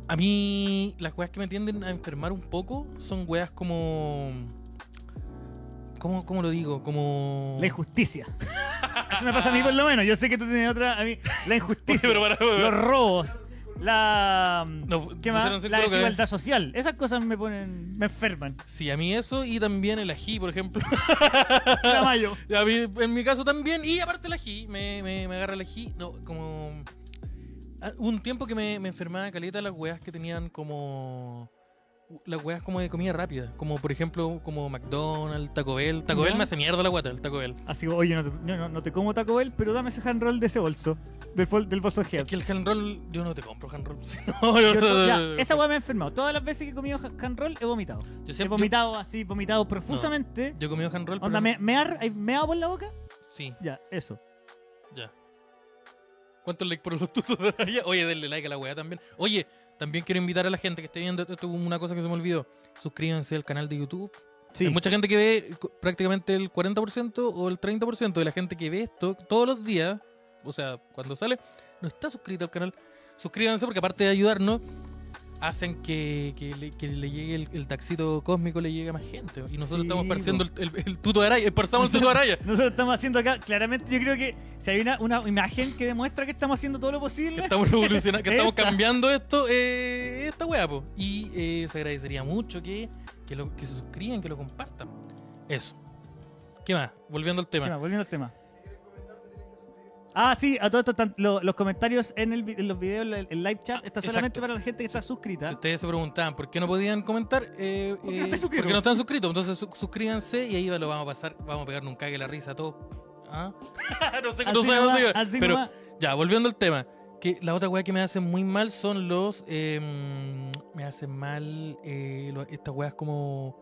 Speaker 2: A mí, las weas que me tienden a enfermar un poco son weas como. ¿Cómo, cómo lo digo? Como.
Speaker 4: La injusticia. Eso me pasa a mí por lo menos. Yo sé que tú tienes otra. A mí, la
Speaker 2: Oye,
Speaker 4: injusticia.
Speaker 2: pero para-
Speaker 4: los robos. La.
Speaker 2: No,
Speaker 4: ¿Qué
Speaker 2: pusieron ¿eh?
Speaker 4: más?
Speaker 2: cinco
Speaker 4: La
Speaker 2: lucas.
Speaker 4: desigualdad social. Esas cosas me ponen. Me enferman.
Speaker 2: Sí, a mí eso y también el ají, por ejemplo.
Speaker 4: La Mayo.
Speaker 2: A mí, en mi caso también, y aparte el ají, me, me, me agarra el ají, no, como... ah, Hubo un tiempo que me, me enfermaba de caleta las weas que tenían como... Las weas como de comida rápida, como por ejemplo como McDonald's, Taco Bell. Taco
Speaker 4: Ya.
Speaker 2: Bell me hace mierda la guata, el Taco Bell.
Speaker 4: Así como, oye, no te, no, no- no te como Taco Bell, pero dame ese hand roll de ese bolso. Del, bol- del bolso de
Speaker 2: Es que el hand roll, yo no te compro hand roll. si no, yo, no-
Speaker 4: ya, esa weá me ha enfermado. Todas las veces que he comido ha- hand roll he vomitado.
Speaker 2: yo
Speaker 4: He
Speaker 2: siempre, yo,
Speaker 4: vomitado así, vomitado profusamente.
Speaker 2: yo he comido hand roll,
Speaker 4: Onda, me,
Speaker 2: pero-
Speaker 4: mear, ¿hay meado por la boca?
Speaker 2: Sí,
Speaker 4: Ya, eso.
Speaker 2: ya. ¿Cuántos likes por los tutos de allá? Oye, denle like a la wea también. Oye, también quiero invitar a la gente que esté viendo esto, una cosa que se me olvidó. Suscríbanse al canal de YouTube.
Speaker 4: Sí.
Speaker 2: Hay mucha gente que ve cu- prácticamente el 40% o el 30% de la gente que ve esto todos los días, o sea, cuando sale, no está suscrita al canal. Suscríbanse porque aparte de ayudarnos, hacen que, que le, que le llegue el, el taxito cósmico, le llegue a más gente. Y nosotros
Speaker 4: Sí,
Speaker 2: estamos esparciendo
Speaker 4: po.
Speaker 2: el, el, el tuto de araya, esparzamos el tuto de araya.
Speaker 4: Nosotros estamos haciendo acá, claramente, yo creo que si hay una, una imagen que demuestra que estamos haciendo todo lo
Speaker 2: Que
Speaker 4: posible.
Speaker 2: estamos revolucionando, que estamos
Speaker 4: Esta.
Speaker 2: cambiando esto, eh, esta wea, po. Y eh, se agradecería mucho que, que, lo- que se suscriban, que lo compartan. Eso. ¿Qué más? Volviendo al tema.
Speaker 4: Tema, volviendo al tema. Ah, sí, a todo esto están lo- los comentarios en, el, vi- en los videos, el, el live chat, está solamente
Speaker 2: Ah, Exacto.
Speaker 4: para la gente que está suscrita.
Speaker 2: Si ustedes se preguntaban por qué no podían comentar, eh,
Speaker 4: Porque no
Speaker 2: eh,
Speaker 4: están suscritos.
Speaker 2: porque no están suscritos. Entonces su- suscríbanse y ahí lo vamos a pasar, vamos a pegar un cague la risa a todos. ¿Ah? no sé,
Speaker 4: Así
Speaker 2: no sé a
Speaker 4: nomás,
Speaker 2: dónde iba.
Speaker 4: así
Speaker 2: Pero
Speaker 4: nomás.
Speaker 2: ya, volviendo al tema. Que la otra weá que me hacen muy mal son los. eh, me hacen mal eh, lo- estas weas como.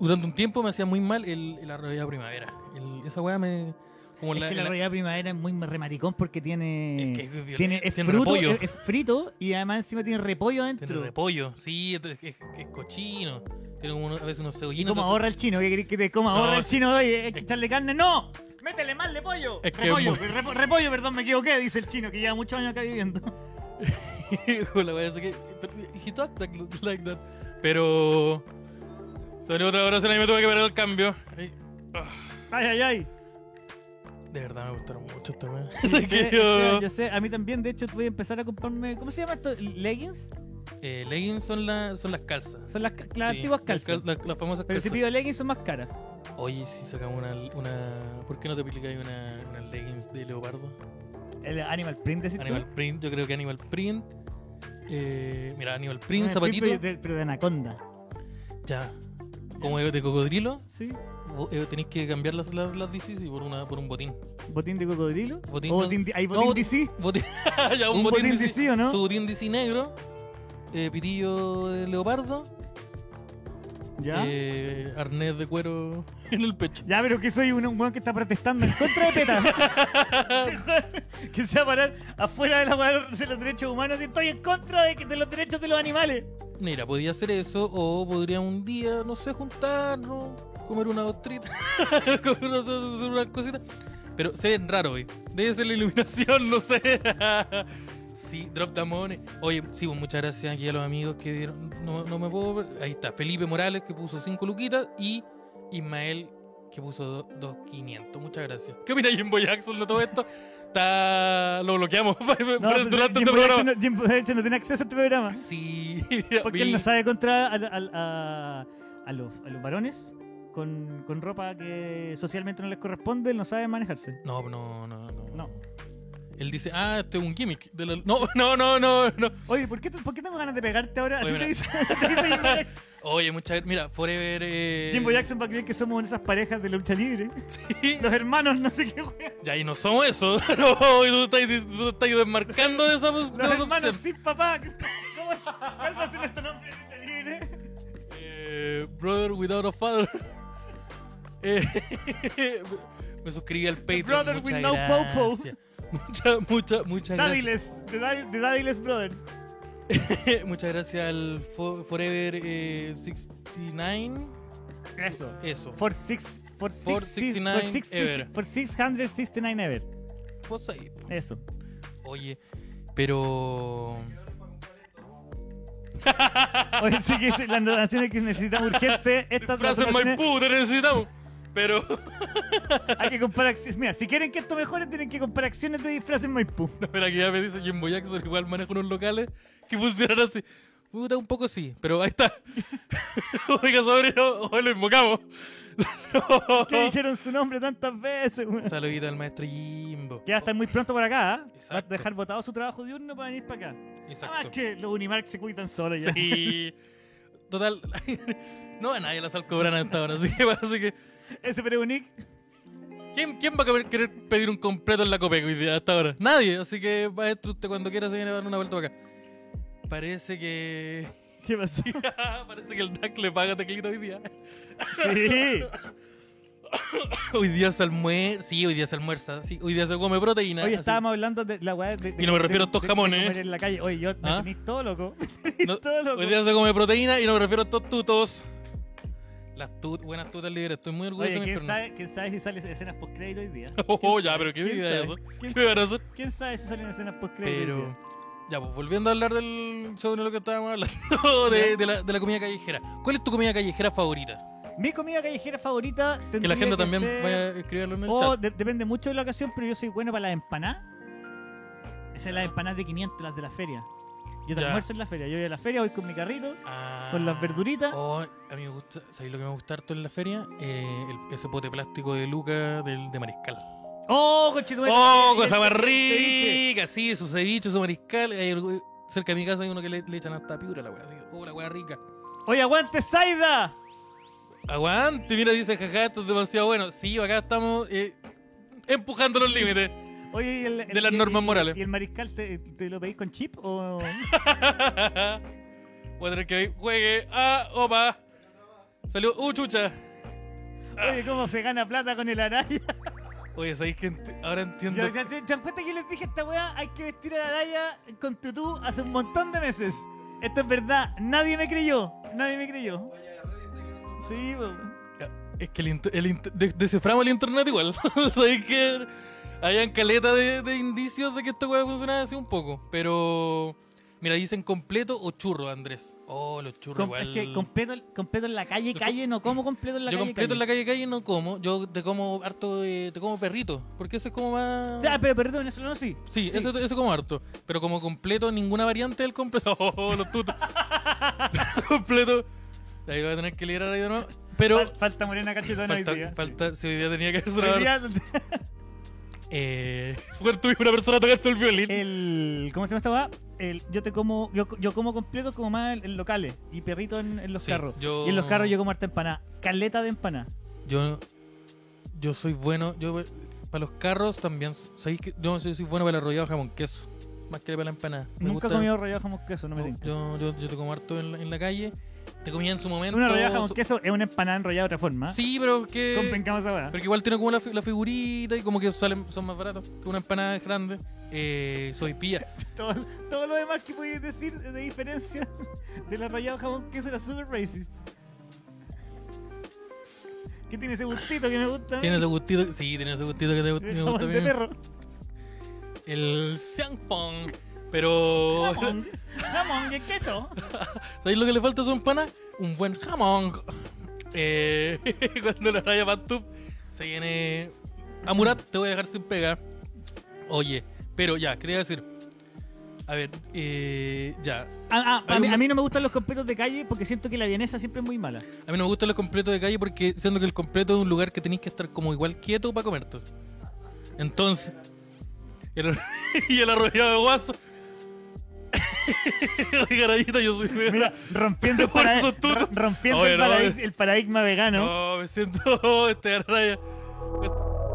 Speaker 2: Durante un tiempo me hacía muy mal el, el arrollado primavera. El- esa weá me. Como
Speaker 4: Es
Speaker 2: la,
Speaker 4: que la,
Speaker 2: la-
Speaker 4: realidad primavera es muy remaricón porque tiene.
Speaker 2: es que es violenta,
Speaker 4: tiene, es,
Speaker 2: tiene
Speaker 4: fruto,
Speaker 2: repollo.
Speaker 4: es, es frito y además encima tiene repollo adentro.
Speaker 2: Tiene repollo, sí, es, es- es cochino. Tiene como uno- a veces unos
Speaker 4: Y
Speaker 2: cebollinos.
Speaker 4: como
Speaker 2: entonces-
Speaker 4: ahorra el chino, que querés que te coma?
Speaker 2: No,
Speaker 4: ahorra el
Speaker 2: sí.
Speaker 4: chino, oye, hay que echarle carne. ¡No! ¡Métele mal de pollo!
Speaker 2: Es que
Speaker 4: repollo,
Speaker 2: es muy-
Speaker 4: repo- repollo, perdón, me equivoqué, dice el chino, que lleva muchos años acá viviendo.
Speaker 2: Hijo, la wea, así que. but He talked like, like that. Pero. Salió otra oración y me tuve que ver el cambio. Ay, ah,
Speaker 4: Ay, ay, ay.
Speaker 2: de verdad me gustaron mucho esta wea.
Speaker 4: Yo
Speaker 2: Así que
Speaker 4: sé,
Speaker 2: yo-
Speaker 4: yo sé, a mí también, de hecho, voy a empezar a comprarme. ¿Cómo se llama esto? ¿Leggings?
Speaker 2: Eh, leggings son, la- son las calzas.
Speaker 4: Son las, ca- las
Speaker 2: Sí,
Speaker 4: antiguas
Speaker 2: las
Speaker 4: calzas.
Speaker 2: cal- Las, las famosas
Speaker 4: Pero si
Speaker 2: calzas.
Speaker 4: pido leggings son más caras.
Speaker 2: Oye, si sacamos una, una. ¿Por qué no te aplicáis una, una leggings de leopardo?
Speaker 4: El Animal Print, decís tú.
Speaker 2: Animal print, yo creo que animal print. Eh, mira, animal print,
Speaker 4: Animal
Speaker 2: zapatito.
Speaker 4: pero Ah, de- pero de anaconda.
Speaker 2: Ya. Como de de cocodrilo,
Speaker 4: Sí.
Speaker 2: vos, eh, tenéis que cambiar las, las, las DCs y por, una, por un botín.
Speaker 4: ¿Botín de cocodrilo?
Speaker 2: Botín
Speaker 4: ¿O
Speaker 2: no-
Speaker 4: botín de- ¿Hay
Speaker 2: no,
Speaker 4: botín
Speaker 2: bot-
Speaker 4: DC?
Speaker 2: Botín- ya,
Speaker 4: ¿Un botín
Speaker 2: DC,
Speaker 4: DC o no?
Speaker 2: Su botín DC negro, eh, pitillo de leopardo,
Speaker 4: ¿Ya?
Speaker 2: eh, arnés de cuero en el pecho.
Speaker 4: Ya, pero que soy un un weón que está protestando en contra de PETA. que se va a parar afuera de, la weá de los derechos humanos y estoy en contra de, que- de los derechos de los animales.
Speaker 2: Mira, podía hacer eso o podría un día, no sé, juntarnos, comer una ostrita, comer unas una cositas. Pero se ven raro, hoy. Debe ser la iluminación, no sé. sí, drop the money. Oye, sí, pues muchas gracias aquí a los amigos que dieron. No, no me puedo. ver. Ahí está, Felipe Morales que puso 5 luquitas y Ismael que puso 2.500. Muchas gracias. ¿Qué opina Jimbo Jackson de todo esto? Está... Lo bloqueamos
Speaker 4: pero
Speaker 2: durante
Speaker 4: Jim
Speaker 2: este
Speaker 4: Boyce
Speaker 2: programa.
Speaker 4: no- Jim Boyce no tiene acceso a este programa.
Speaker 2: Sí,
Speaker 4: Porque él no sabe contra a, a- a- a los, a los varones con, con ropa que socialmente no les corresponde, él no sabe manejarse.
Speaker 2: No, no, no, no.
Speaker 4: No.
Speaker 2: Él dice, ah, esto es un gimmick. de la- No, no, no, no, no.
Speaker 4: Oye, ¿por qué, te- por qué tengo ganas de pegarte ahora? Así
Speaker 2: Oye,
Speaker 4: te
Speaker 2: mira.
Speaker 4: dice, te dice Jimbo Jackson.
Speaker 2: Oye, muchas gracias. Mira, Forever. Eh...
Speaker 4: Jimbo Jackson para que vean que somos esas parejas de lucha libre.
Speaker 2: Sí.
Speaker 4: Los hermanos, no sé qué, weón.
Speaker 2: Ya, y no somos eso. No, tú estás, tú estás desmarcando de esa pos- de
Speaker 4: Los
Speaker 2: esa
Speaker 4: hermanos
Speaker 2: opción.
Speaker 4: sin papá. ¿Cómo, ¿Cuál va a ser nuestro nombre de lucha libre?
Speaker 2: Eh, brother without a father. Eh, me suscribí al Patreon.
Speaker 4: brother with
Speaker 2: muchas
Speaker 4: no popo.
Speaker 2: gracias. Muchas, muchas, muchas gracias.
Speaker 4: Dadiles, de, Dad- de Dadiles Brothers.
Speaker 2: Muchas gracias al Fo- Forever eh, 69.
Speaker 4: Eso.
Speaker 2: Eso.
Speaker 4: For six. For, six,
Speaker 2: For 69
Speaker 4: for six-
Speaker 2: ever.
Speaker 4: For 669 ever.
Speaker 2: Vos ahí.
Speaker 4: Eso.
Speaker 2: Oye, pero.
Speaker 4: Oye, sí que sí, las donaciones que necesitamos urgente, estas
Speaker 2: Frases
Speaker 4: donaciones
Speaker 2: Maipú, te necesitamos. Pero.
Speaker 4: hay que comprar acciones. Mira, si quieren que esto mejore, tienen que comprar acciones de disfraces Maipú.
Speaker 2: Pero aquí ya me dice Jimbo Jackson, igual manejo unos locales que funcionan así. Puta, un poco sí, pero ahí está. Oiga, sobrino, hoy lo invocamos. No.
Speaker 4: Que dijeron su nombre tantas veces, weón.
Speaker 2: Saludito al maestro Jimbo.
Speaker 4: Que va a estar muy pronto por acá, ¿eh? Va a
Speaker 2: Exacto.
Speaker 4: dejar botado su trabajo diurno para venir para acá. Nada más
Speaker 2: Exacto.
Speaker 4: Ah, que los Unimark se cuidan solos ya.
Speaker 2: Sí. Total, no a nadie la sal cobran hasta ahora, así que parece que.
Speaker 4: Ese Preunic,
Speaker 2: ¿Quién, quién va a querer pedir un completo en la Copeco hoy día hasta ahora? Nadie, así que maestro, usted cuando quiera se viene a dar una vuelta para acá. Parece que.
Speaker 4: ¿qué pasó?
Speaker 2: Parece que el DAC le paga teclito hoy día.
Speaker 4: Sí.
Speaker 2: Hoy día se almuerza, sí, hoy día se almuerza, sí, hoy día se come proteína.
Speaker 4: Oye,
Speaker 2: así.
Speaker 4: estábamos hablando de la weá de, de-
Speaker 2: Y no me
Speaker 4: de-
Speaker 2: refiero a
Speaker 4: de-
Speaker 2: estos
Speaker 4: de
Speaker 2: jamones,
Speaker 4: comer
Speaker 2: ¿eh?
Speaker 4: en la calle. Oye, yo me
Speaker 2: ¿Ah?
Speaker 4: comí todo loco.
Speaker 2: No,
Speaker 4: todo loco.
Speaker 2: hoy día se come proteína y no me refiero a estos tutos. Las tut, buenas tutas libres, estoy muy orgulloso
Speaker 4: Oye,
Speaker 2: de mis
Speaker 4: ¿quién
Speaker 2: piernas.
Speaker 4: sabe, ¿quién sabe si salen escenas post-crédito hoy día?
Speaker 2: Oh, oh, ya, pero qué
Speaker 4: ¿Quién
Speaker 2: vida
Speaker 4: sabe?
Speaker 2: eso.
Speaker 4: ¿Quién
Speaker 2: Qué embarazo.
Speaker 4: ¿Quién sabe si salen escenas post-crédito hoy
Speaker 2: Pero,
Speaker 4: día?
Speaker 2: ya, pues volviendo a hablar del, sobre lo que estábamos hablando, de, de la, de la comida callejera. ¿Cuál es tu comida callejera favorita?
Speaker 4: Mi comida callejera favorita
Speaker 2: Que la
Speaker 4: tendría
Speaker 2: gente también
Speaker 4: ser- Oh,
Speaker 2: vaya a escribirlo en el
Speaker 4: O
Speaker 2: chat.
Speaker 4: de- depende mucho de la ocasión, pero yo soy bueno para las empanadas. Esas son las empanadas de 500, las de la feria. Yo te
Speaker 2: Ya.
Speaker 4: almuerzo en la feria. Yo voy a la feria, voy con mi carrito,
Speaker 2: Ah.
Speaker 4: con las verduritas.
Speaker 2: Oh, a mí me gusta, ¿sabéis lo que me gusta harto en la feria? Eh, el- ese pote plástico de Luca del, de Mariscal.
Speaker 4: ¡Oh, conchetumare!
Speaker 2: ¡Oh,
Speaker 4: El
Speaker 2: cosa más
Speaker 4: ceviche.
Speaker 2: rica! Sí, su ceviche, su mariscal. Hay algo- cerca de mi casa hay uno que le, le echan hasta piura a la weá. así, ¡Oh, la weá rica!
Speaker 4: ¡Oye, aguante, Saida!
Speaker 2: Aguante, mira, dice jaja, esto es demasiado bueno. Sí, acá estamos eh, empujando los límites.
Speaker 4: Oye, y el- el-
Speaker 2: De las
Speaker 4: y-
Speaker 2: normas
Speaker 4: y-
Speaker 2: morales.
Speaker 4: ¿Y el mariscal te, te lo pedís con chip o.?
Speaker 2: Voy a tener que juegue. ¡Ah, opa! Salió. ¡Uh, chucha!
Speaker 4: Oye, ¿cómo se gana plata con el araya?
Speaker 2: Oye, ¿sabéis que ent- ahora entiendo?
Speaker 4: Yo, yo- yo- ¿te das cuenta que yo les dije a esta weá? Hay que vestir a la araya con tutú hace un montón de meses. Esto es verdad. Nadie me creyó. Nadie me creyó. Sí, pues. po.
Speaker 2: Es que el, int- el int- de- desciframos el internet igual. Sabéis que habían caleta de, de indicios de que esta weá funcionaba así un poco. Pero. Mira, dicen completo o churro, Andrés. Oh, los churros
Speaker 4: Com-
Speaker 2: igual.
Speaker 4: es que completo, completo en la calle,
Speaker 2: Yo
Speaker 4: calle, no como completo en la
Speaker 2: Yo
Speaker 4: calle.
Speaker 2: completo en la
Speaker 4: calle.
Speaker 2: calle calle no como. Yo te como harto de- te como perrito. Porque eso es como más.
Speaker 4: Ah, pero perdón, venezolano sí.
Speaker 2: Sí, Eso, eso como harto. Pero como completo, ninguna variante del completo. Oh, los tutos. completo. Ahí lo voy a tener que liberar ahí de nuevo. Pero.
Speaker 4: Fal- falta Morena Cachetona hoy
Speaker 2: falta,
Speaker 4: día.
Speaker 2: falta- si hoy día tenía que haber
Speaker 4: Hoy
Speaker 2: sonado.
Speaker 4: día-
Speaker 2: Eh, suerte hubo una persona tocando el violín.
Speaker 4: el, ¿Cómo se llama esta weá? El- Yo te como, yo, yo como completo como más en, en locales y perrito en, en los
Speaker 2: Sí,
Speaker 4: carros.
Speaker 2: yo-
Speaker 4: Y en los carros yo como harta empanada. Caleta de empanada.
Speaker 2: Yo, yo soy bueno. Yo para los carros también. ¿sabéis que yo soy, soy bueno para el arrollado jamón queso? Más que para la empanada. Me
Speaker 4: Nunca he
Speaker 2: gusta-
Speaker 4: comido rallado jamón queso, no me tinca.
Speaker 2: yo, yo, yo te como harto en la, en la calle. Te comía en su momento.
Speaker 4: Una rallada jamón
Speaker 2: so-
Speaker 4: queso es una empanada enrollada de otra forma.
Speaker 2: Sí, pero que.
Speaker 4: Compensamos ahora.
Speaker 2: Porque igual tiene como la, fi- la figurita y como que salen, son más baratos que una empanada grande. Eh, soy pía.
Speaker 4: Todo, todo lo demás que pudieras decir de diferencia de la rallada jamón queso era super racist. ¿Qué tiene ese gustito que me gusta?
Speaker 2: Tiene ese gustito. Sí, tiene ese gustito que te,
Speaker 4: De
Speaker 2: me
Speaker 4: jamón
Speaker 2: gusta a mí.
Speaker 4: de perro.
Speaker 2: El Xiangfang. Pero.
Speaker 4: Jamón. Jamón de queso.
Speaker 2: ¿Sabéis lo que le falta a su empana? Un buen jamón. Eh, cuando la raya Pantuf se viene. A Murat te voy a dejar sin pegar. Oye, pero ya, quería decir. A ver, eh, ya.
Speaker 4: Ah, ah, a,
Speaker 2: Hay
Speaker 4: mí,
Speaker 2: un-
Speaker 4: a mí no me gustan los completos de calle porque siento que la vienesa siempre es muy mala.
Speaker 2: A mí no me gustan los completos de calle porque siendo que el completo es un lugar que tenéis que estar como igual quieto para comértelo. Entonces, Y el, y el arrollado de guaso. Oiga, Rayita, yo soy vegano.
Speaker 4: Mira, rompiendo, el,
Speaker 2: Por
Speaker 4: parad-
Speaker 2: eso tú-
Speaker 4: ro- rompiendo
Speaker 2: Oye,
Speaker 4: el,
Speaker 2: no,
Speaker 4: paradig-
Speaker 2: es-
Speaker 4: el paradigma vegano.
Speaker 2: No, me siento este raya.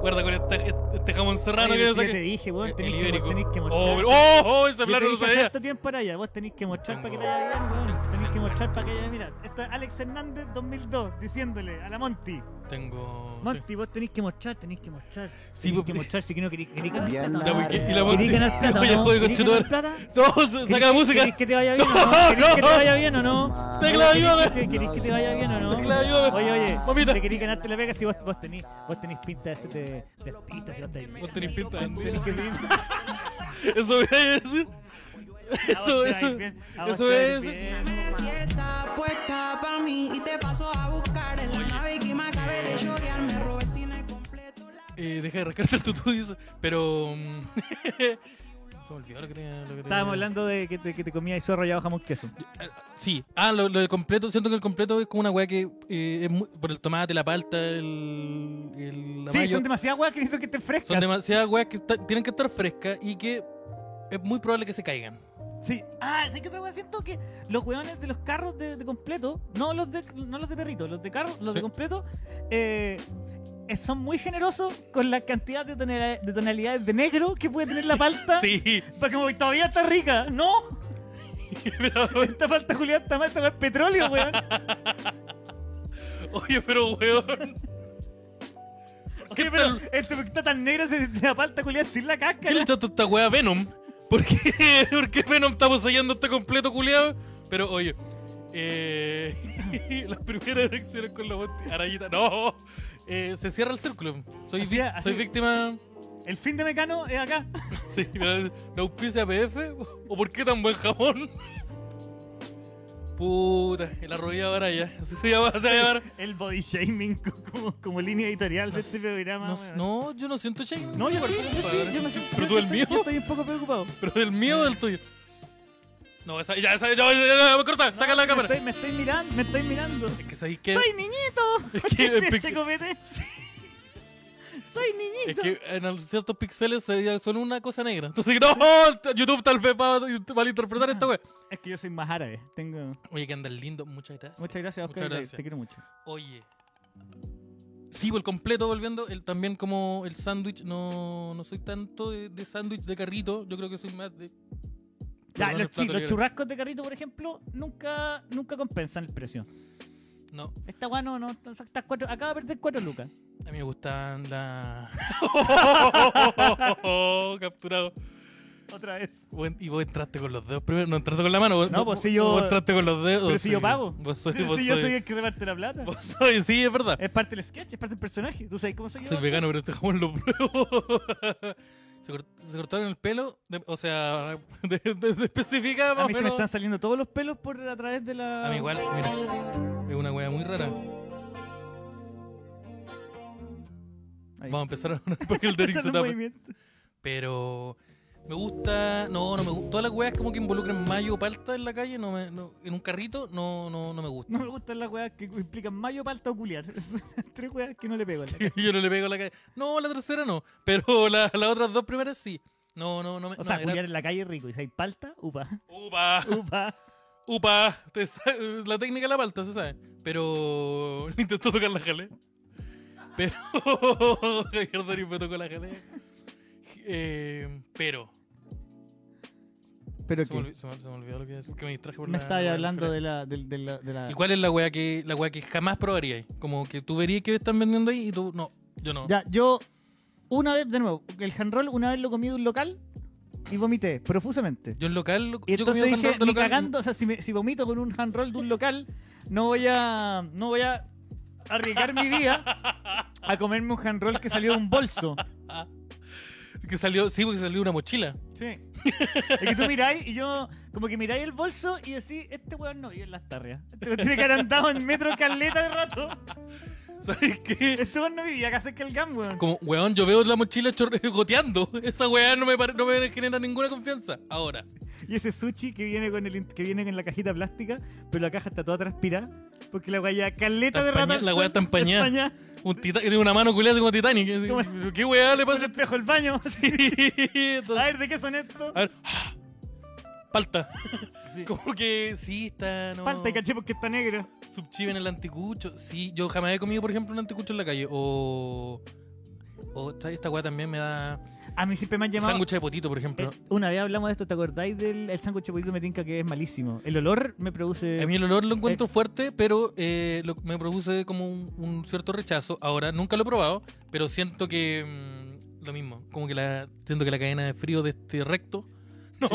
Speaker 2: Guarda con este, este jamón serrano
Speaker 4: Oye, pero
Speaker 2: que yo
Speaker 4: si yo te
Speaker 2: saqué.
Speaker 4: dije,
Speaker 2: El
Speaker 4: weón, tenés que,
Speaker 2: ibérico.
Speaker 4: tenés que mostrar.
Speaker 2: Oh, pero- oh, oh,
Speaker 4: Yo
Speaker 2: ese
Speaker 4: te
Speaker 2: plano no
Speaker 4: dije
Speaker 2: sabía.
Speaker 4: cierto tiempo allá, vos tenés que mostrar para que te vaya bien, weón. Tenés que mostrar para que vaya Mira, esto es Alex Hernández 2002 diciéndole a la Monty.
Speaker 2: Tengo.
Speaker 4: Monty, vos tenés que mostrar, tenés que mostrar.
Speaker 2: Sí,
Speaker 4: Tenés
Speaker 2: pues,
Speaker 4: que
Speaker 2: pero-
Speaker 4: mostrar si que no querés querés
Speaker 5: Ya
Speaker 4: ganar
Speaker 5: la
Speaker 4: plata.
Speaker 2: Ya,
Speaker 4: ¿no?
Speaker 2: porque- y la
Speaker 5: verdad.
Speaker 2: Monty-
Speaker 4: ¿Querés ganar plata?
Speaker 2: Oye,
Speaker 4: ¿no?
Speaker 2: oye,
Speaker 4: ¿Querés
Speaker 2: conchetumare.
Speaker 4: ganar plata?
Speaker 2: No, sa- saca la
Speaker 4: ¿Querés-
Speaker 2: música.
Speaker 4: ¿Querés que te vaya bien o no?
Speaker 2: No,
Speaker 4: ¿Querés que te
Speaker 2: no.
Speaker 4: vaya bien o no?
Speaker 2: Tecla, ayúdame.
Speaker 4: ¿Querés que- ¿Querés que te vaya bien o no?
Speaker 2: Tecla, ayúdame.
Speaker 4: Oye, oye,
Speaker 2: Mamita.
Speaker 4: te querés ganarte la pega si vos, vos tenés, vos tenés pinta de, de, de pista, si vos tenés-
Speaker 2: Vos tenés pinta de-
Speaker 4: tenés que-
Speaker 2: Eso voy a decir.
Speaker 4: A vos
Speaker 2: Eso,
Speaker 4: te va a ir
Speaker 2: eso.
Speaker 4: bien, a vos
Speaker 2: eso
Speaker 4: te va a ir
Speaker 2: es-
Speaker 4: bien.
Speaker 1: Si está puesta para mí y te paso a buscar en la nave que me acabé de llorar, me robé el cine completo. la-
Speaker 2: Eh, deja de rascarte el tutú, dice. Pero. mm, Se me olvidó lo que tenía. lo que tenía.
Speaker 4: Estábamos hablando de que te, que te comías zorro rallado jamón queso.
Speaker 2: Sí. Ah, lo, lo del completo. Siento que el completo es como una weá que. eh, es mu- por el tomate, la palta, el. el la
Speaker 4: Sí,
Speaker 2: mayo.
Speaker 4: son demasiadas weas que hizo que te frescas.
Speaker 2: Son demasiadas weas que está- tienen que estar frescas y que es muy probable que se caigan.
Speaker 4: Sí. Ah, ¿sabes qué otra wea siento? Que los weones de los carros de, de completo, no los de, no los de perrito, los de carros, los
Speaker 2: Sí.
Speaker 4: de completo, eh, eh, son muy generosos con la cantidad de, tonela- de tonalidades de negro que puede tener la palta.
Speaker 2: Sí.
Speaker 4: Porque como que todavía está rica. ¡No!
Speaker 2: Pero,
Speaker 4: Esta palta, Julián, está mal, esta wea es petróleo, weón.
Speaker 2: oye, pero weón.
Speaker 4: Oye, pero este, está tan negra se- la palta, Julián, sin la
Speaker 2: ¿Qué le
Speaker 4: cáscara.
Speaker 2: echaste a esta weá a Venom? ¿Por qué, ¿Por qué Venom está poseyendo este completo culiado? Pero oye, eh, las primeras elecciones con la bot- arayita. No, eh, se cierra el círculo. Soy,
Speaker 4: Así
Speaker 2: vi-
Speaker 4: es, así
Speaker 2: soy
Speaker 4: es.
Speaker 2: víctima.
Speaker 4: El fin de Mecano es acá.
Speaker 2: Sí, pero ¿no auspicia PF? ¿O por qué tan buen jamón? Puta, el arrodillado ahora ya. Así se llama, se va a llamar.
Speaker 4: El body shaming co- como, como línea editorial de este programa.
Speaker 2: No,
Speaker 4: weón.
Speaker 2: no, yo no siento shame.
Speaker 4: No, yo
Speaker 2: Por
Speaker 4: sí, yo
Speaker 2: compadre.
Speaker 4: sí, yo me siento-
Speaker 2: Pero
Speaker 4: yo
Speaker 2: tú el
Speaker 4: estoy-
Speaker 2: mío.
Speaker 4: Yo estoy un poco preocupado.
Speaker 2: Pero del mío o del tuyo. No, esa, ya, esa, ya, ya, ya, ya, corta, saca
Speaker 4: Ah,
Speaker 2: la
Speaker 4: me
Speaker 2: cámara.
Speaker 4: Estoy, me estoy mirando, me estoy mirando.
Speaker 2: Es que sabéis que.
Speaker 4: ¡Soy niñito!
Speaker 2: Es que, el pic-
Speaker 4: Che Copete. ¡Soy
Speaker 2: es
Speaker 4: niñito!
Speaker 2: que en al- ciertos pixeles se- eh, son una cosa negra. Entonces, no, t- YouTube tal vez va a malinterpretar esta wea.
Speaker 4: Es que yo soy más árabe. Tengo...
Speaker 2: Oye, que andas lindo, muchas gracias.
Speaker 4: Muchas gracias, Oscar.
Speaker 2: Muchas
Speaker 4: te-
Speaker 2: gracias.
Speaker 4: Te quiero mucho.
Speaker 2: Oye. Sí, por completo, volviendo, el, también como el sándwich, no, no soy tanto de, de sándwich de carrito, yo creo que soy más de...
Speaker 4: Ya,
Speaker 2: Perdón, el
Speaker 4: los,
Speaker 2: plato
Speaker 4: sí, los
Speaker 2: libre.
Speaker 4: churrascos de carrito, por ejemplo, nunca, nunca compensan el precio.
Speaker 2: No,
Speaker 4: Esta weá no, no, está- está cuatro, acaba de perder 4 lucas.
Speaker 2: a mí me gustan las... capturado.
Speaker 4: Otra vez.
Speaker 2: Buen- y vos entraste con los dedos primero, no entraste con la mano. Vos,
Speaker 4: No,
Speaker 2: vos-
Speaker 4: pues si yo-
Speaker 2: Vos entraste con los dedos.
Speaker 4: Pero si yo
Speaker 2: Oh, sí.
Speaker 4: pago.
Speaker 2: Vos soy,
Speaker 4: Si
Speaker 2: vos
Speaker 4: yo
Speaker 2: soy-
Speaker 4: soy el que reparte la plata.
Speaker 2: vos soy- sí, es verdad.
Speaker 4: Es parte del sketch, es parte del personaje. ¿Tú sabes cómo soy yo?
Speaker 2: Soy vegano, pero este jamón lo pruebo. se, cort- se cortaron el pelo, de- o sea, de, de- de específica más
Speaker 4: A
Speaker 2: o
Speaker 4: mí se me
Speaker 2: menos.
Speaker 4: están saliendo todos los pelos por a través de la.
Speaker 2: A mí igual, mira. Es una wea muy rara.
Speaker 4: Ahí.
Speaker 2: Vamos a empezar ahora porque el de Eric
Speaker 4: Ese es
Speaker 2: se
Speaker 4: el
Speaker 2: tapa.
Speaker 4: movimiento.
Speaker 2: Pero me gusta. No, no me gusta. Todas las weas como que involucran mayo o palta en la calle, no me- no- en un carrito, no, no, no me gusta.
Speaker 4: No me gustan las weas que implican mayo, palta o culiar. Son las tres weas que no le pego. a la cara.
Speaker 2: Yo no le pego a la calle. No, la tercera no. Pero la- las otras dos primeras sí. No, no, no me.
Speaker 4: O sea,
Speaker 2: no,
Speaker 4: culiar
Speaker 2: era-
Speaker 4: en la calle es rico. Y si hay palta, upa.
Speaker 2: Upa,
Speaker 4: Upa.
Speaker 2: upa. Te sa- La técnica de la palta, se sabe. Pero. Intentó tocar la jalea. Pero. Javier Doris me tocó la jalea. Eh, pero.
Speaker 4: Pero
Speaker 2: Se me, olvi- se me- se me olvidó lo que iba a decir, que me distraje por
Speaker 4: me
Speaker 2: la-
Speaker 4: estabas
Speaker 2: por la
Speaker 4: hablando
Speaker 2: jalea.
Speaker 4: de la. del- de la, de la-
Speaker 2: ¿Y cuál es la weá que, la weá que jamás probaríais? Como que tú verías que están vendiendo ahí y tú. No, yo no.
Speaker 4: Ya, yo. Una vez, de nuevo, el handroll, una vez lo comí de un local y vomité profusamente.
Speaker 2: Yo en local. lo-
Speaker 4: Y
Speaker 2: yo comí
Speaker 4: entonces
Speaker 2: un
Speaker 4: dije,
Speaker 2: handroll de
Speaker 4: ni
Speaker 2: local.
Speaker 4: cagando, o sea, si, me- si vomito con un hand roll de un local, no voy a no voy a arriesgar mi vida a comerme un hand roll que salió de un bolso.
Speaker 2: Que salió, sí, porque salió una mochila.
Speaker 4: Sí. Es que tú miráis y yo, como que miráis el bolso y decís, este weón no vive en las tarrias. Este weón tiene que haber andado en metro caleta de rato.
Speaker 2: ¿Sabes qué?
Speaker 4: Este weón no vivía acá cerca del GAM, weón.
Speaker 2: Como, weón, yo veo la mochila chorre- goteando. Esa weá no me, pare- no me genera ninguna confianza. Ahora.
Speaker 4: Y ese sushi que viene con el in- que viene con la cajita plástica, pero la caja está toda transpirada. Porque la guaya caleta
Speaker 2: Está
Speaker 4: de rato.
Speaker 2: empañada,
Speaker 4: al
Speaker 2: la
Speaker 4: sol
Speaker 2: weá está
Speaker 4: de
Speaker 2: empañada. Un tita- tiene una mano culiada como Titanic.
Speaker 4: ¿Cómo?
Speaker 2: ¿Qué weá le
Speaker 4: Con
Speaker 2: pasa?
Speaker 4: el espejo el baño.
Speaker 2: Entonces,
Speaker 4: A ver, ¿de qué son estos?
Speaker 2: A ver. Palta.
Speaker 4: Sí.
Speaker 2: Como que sí, está. No.
Speaker 4: Falta y caché porque está negro.
Speaker 2: Subchiven el anticucho. Sí, yo jamás he comido, por ejemplo, un anticucho en la calle. O. O esta, esta weá también me da.
Speaker 4: A mí siempre me han llamado.
Speaker 2: Sándwich de potito, por ejemplo.
Speaker 4: Eh, una vez hablamos de esto, ¿te acordáis del el sándwich de pollito me tinca que es malísimo? El olor me produce.
Speaker 2: A mí el olor lo encuentro fuerte, pero eh, lo- me produce como un, un cierto rechazo. Ahora, nunca lo he probado, pero siento que mm, lo mismo. Como que la siento que la cadena de frío de este recto no,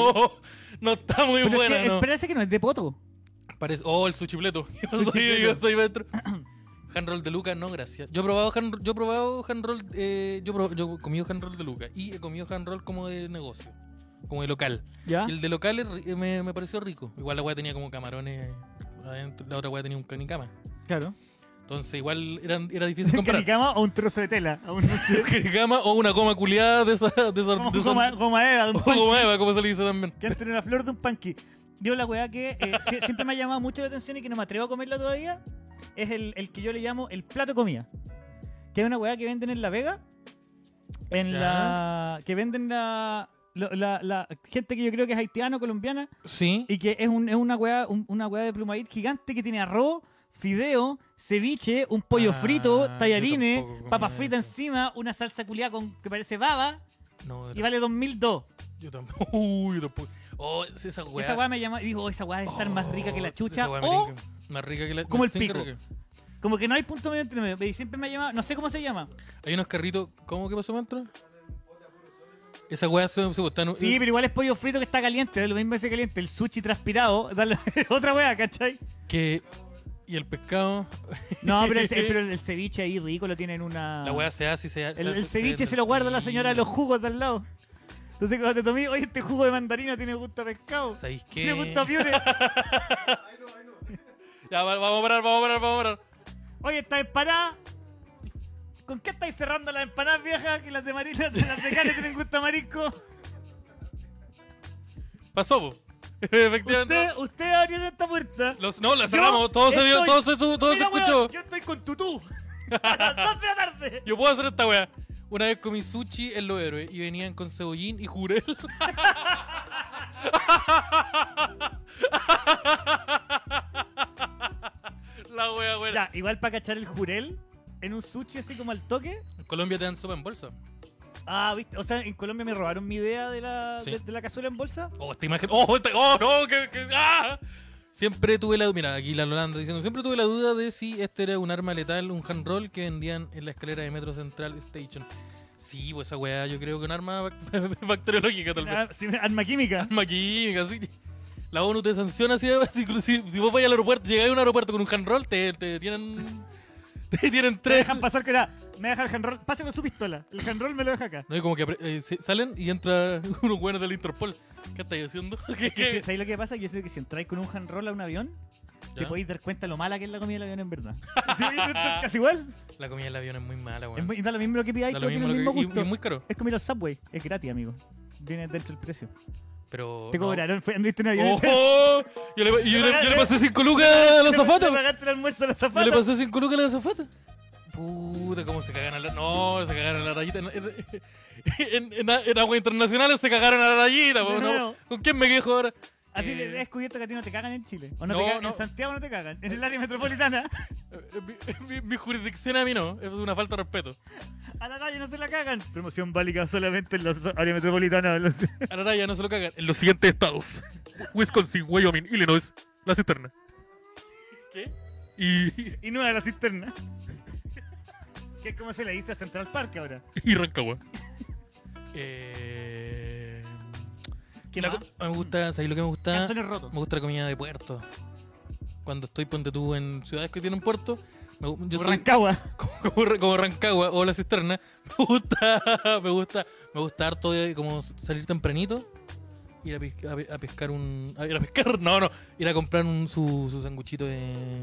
Speaker 2: no está muy
Speaker 4: Pero es
Speaker 2: buena.
Speaker 4: que,
Speaker 2: no.
Speaker 4: Parece que no es de poto.
Speaker 2: Parece, oh, el suchipleto. Yo soy,
Speaker 4: Suchipleto.
Speaker 2: yo soy maestro. Hand roll de Luca, no, gracias. Yo he probado hand, yo he probado hand roll, eh, yo, he prob- yo he comido hand roll de Luca y he comido hand roll como de negocio, como de local.
Speaker 4: ¿Ya?
Speaker 2: Y el de local es ri- eh, me, me pareció rico. Igual la weá tenía como camarones adentro, la otra weá tenía un canicama.
Speaker 4: Claro.
Speaker 2: Entonces igual eran, era difícil
Speaker 4: ¿Un
Speaker 2: comprar.
Speaker 4: canicama o un trozo de tela? O un,
Speaker 2: un canicama o una goma culiada de esa... De esa,
Speaker 4: como
Speaker 2: de esa-
Speaker 4: goma, goma eva de un
Speaker 2: o
Speaker 4: panqui.
Speaker 2: goma eva, como se le dice también.
Speaker 4: Que entre la flor de un panqui. Yo la weá que eh, sie- siempre me ha llamado mucho la atención y que no me atrevo a comerla todavía es el, el que yo le llamo el plato de comida. Que es una weá que venden en La Vega. En
Speaker 2: Ya.
Speaker 4: la. Que venden la, lo- la, la gente que yo creo que es haitiana o colombiana.
Speaker 2: Sí.
Speaker 4: Y que es, un- es una hueá un- una hueá de plumaid gigante que tiene arroz, fideo, ceviche, un pollo
Speaker 2: Ah,
Speaker 4: frito,
Speaker 2: yo
Speaker 4: tallarines,
Speaker 2: tampoco comía
Speaker 4: papas fritas
Speaker 2: eso.
Speaker 4: encima, una salsa culiada con, que parece baba
Speaker 2: No,
Speaker 4: y vale 2002.
Speaker 2: yo tampoco. Uy, yo tampoco. Oh, esa
Speaker 4: Y
Speaker 2: weá.
Speaker 4: Esa hueá me llama y digo, "Oh, esa hueá debe estar más rica que la
Speaker 2: Oh,
Speaker 4: chucha
Speaker 2: esa weá
Speaker 4: o
Speaker 2: me tinca. más rica que la
Speaker 4: como el
Speaker 2: me tinca
Speaker 4: pico.
Speaker 2: rica.
Speaker 4: como que no hay punto medio entre medio. Y siempre me ha llamado, no sé cómo se llama.
Speaker 2: Hay unos carritos. ¿Cómo que pasó, maestro? Esa weá se, eh, se está en un-
Speaker 4: Sí, pero igual es pollo frito que está caliente, lo mismo que ese caliente, el sushi transpirado, dale otra hueá, ¿cachai?
Speaker 2: que y el pescado,
Speaker 4: No, pero el, ce- pero el ceviche ahí rico lo tiene en una...
Speaker 2: la weá se hace y se hace.
Speaker 4: Ah. El, el ceviche se lo guarda la señora de los jugos de al lado. Entonces cuando te tomé, oye, este jugo de mandarina tiene gusto a pescado.
Speaker 2: ¿Sabéis qué?
Speaker 4: Tiene gusto a piure.
Speaker 2: Ya, va- vamos a parar, vamos a parar, vamos a parar.
Speaker 4: Oye, esta empanada. ¿Con qué estáis cerrando las empanadas viejas? Que las de Marina, las de Cale tienen gusto a marisco.
Speaker 2: Pasó, po. Efectivamente.
Speaker 4: Usted, usted abrió esta puerta.
Speaker 2: Los- no, la cerramos. Todo se vio,
Speaker 4: estoy-
Speaker 2: todo se, su- todo se
Speaker 4: Mira, weón,
Speaker 2: escuchó.
Speaker 4: Yo estoy con tutú. A las 2 de la tarde.
Speaker 2: Yo puedo hacer esta weá. Una vez comí sushi en Los Héroes y venían con cebollín y jurel. la wea, wea.
Speaker 4: Ya, igual para cachar el jurel en un sushi así como al toque.
Speaker 2: En Colombia te dan sopa en bolsa.
Speaker 4: Ah, viste. O sea, en Colombia me robaron mi idea de la,
Speaker 2: Sí.
Speaker 4: de- de la cazuela en bolsa.
Speaker 2: Oh, esta imagen. Oh, esta- oh no, que. que- ah. Siempre tuve la duda. Mira, aquí la Lolanda diciendo. Siempre tuve la duda de si este era un arma letal, un hand roll que vendían en la escalera de Metro Central Station. Sí, pues esa weá, yo creo que un arma bac- bacteriológica tal vez.
Speaker 4: Ah, sí, Arma química.
Speaker 2: arma química, sí. La ONU te sanciona si, si, si- si vos vais al aeropuerto, llegáis a un aeropuerto con un hand roll, te, te tienen. Te tienen
Speaker 4: Me
Speaker 2: tres.
Speaker 4: dejan pasar que era, me deja el handroll, pase con su pistola. El handroll me lo deja acá.
Speaker 2: No, y como que apre- eh, se- salen y entra unos buenos del Interpol. ¿Qué estáis haciendo? ¿Qué-
Speaker 4: Que si-
Speaker 2: qué?
Speaker 4: ¿Sabéis lo que pasa? Yo sé que si entráis con un handroll a un avión, te
Speaker 2: Ya.
Speaker 4: podéis dar cuenta lo mala que es la comida del avión en verdad. Sí, esto es casi igual.
Speaker 2: La comida del avión es muy mala,
Speaker 4: Es
Speaker 2: weón.
Speaker 4: muy- y da lo mismo lo que pidáis,
Speaker 2: Da
Speaker 4: todo
Speaker 2: lo
Speaker 4: tiene
Speaker 2: mismo
Speaker 4: el mismo
Speaker 2: lo que- y-
Speaker 4: gusto.
Speaker 2: y es muy caro.
Speaker 4: Es como ir al Subway, es gratis, amigo. Viene dentro del precio.
Speaker 2: Pero.
Speaker 4: Te
Speaker 2: Oh, no. Oh,
Speaker 4: cobraron, fue, anduviste en avión. te-
Speaker 2: ¡Ojo! Yo le, yo le- yo le pasé 5 lucas a
Speaker 4: te-
Speaker 2: la
Speaker 4: te
Speaker 2: zafata.
Speaker 4: pagaste el almuerzo a la
Speaker 2: Yo le
Speaker 4: zapata.
Speaker 2: pasé 5 lucas a la zafata. Puta, cómo se cagaron a la. No, se cagaron a la rayita. En, en, en, en- en aguas internacionales se cagaron a la rayita.
Speaker 4: De
Speaker 2: po, no.
Speaker 4: nuevo.
Speaker 2: ¿Con quién me quejo ahora?
Speaker 4: A ti te
Speaker 2: Eh,
Speaker 4: he descubierto que a ti no te cagan en Chile. O no,
Speaker 2: No,
Speaker 4: te cagan,
Speaker 2: no.
Speaker 4: en Santiago no te cagan. En el área metropolitana,
Speaker 2: eh, mi, mi- mi jurisdicción a mí no. Es una falta de respeto.
Speaker 4: a la calle no se la cagan. Promoción válica solamente en la zo- área metropolitana. Los...
Speaker 2: A la raya no se lo cagan. En los siguientes estados: Wisconsin, Wyoming, Illinois, La Cisterna. ¿Qué? Y,
Speaker 4: Y no a la cisterna. Que es como se le dice a Central Park ahora.
Speaker 2: y Rancagua. Eh.
Speaker 4: ¿Qué
Speaker 2: la-
Speaker 4: más?
Speaker 2: me gusta, ¿sabes lo que me gusta?
Speaker 4: Calzones rotos.
Speaker 2: Me gusta la comida de puerto. Cuando estoy, ponte tú, en ciudades que tienen puerto, me gu- yo
Speaker 4: Como
Speaker 2: soy
Speaker 4: Rancagua.
Speaker 2: como, Ra- como Rancagua o la cisterna, me gusta, me gusta, me gusta harto de como salir tempranito, ir a, pes- a pe- a pescar un... A ir a pescar, no, no, ir a comprar un, su, su sanguchito de,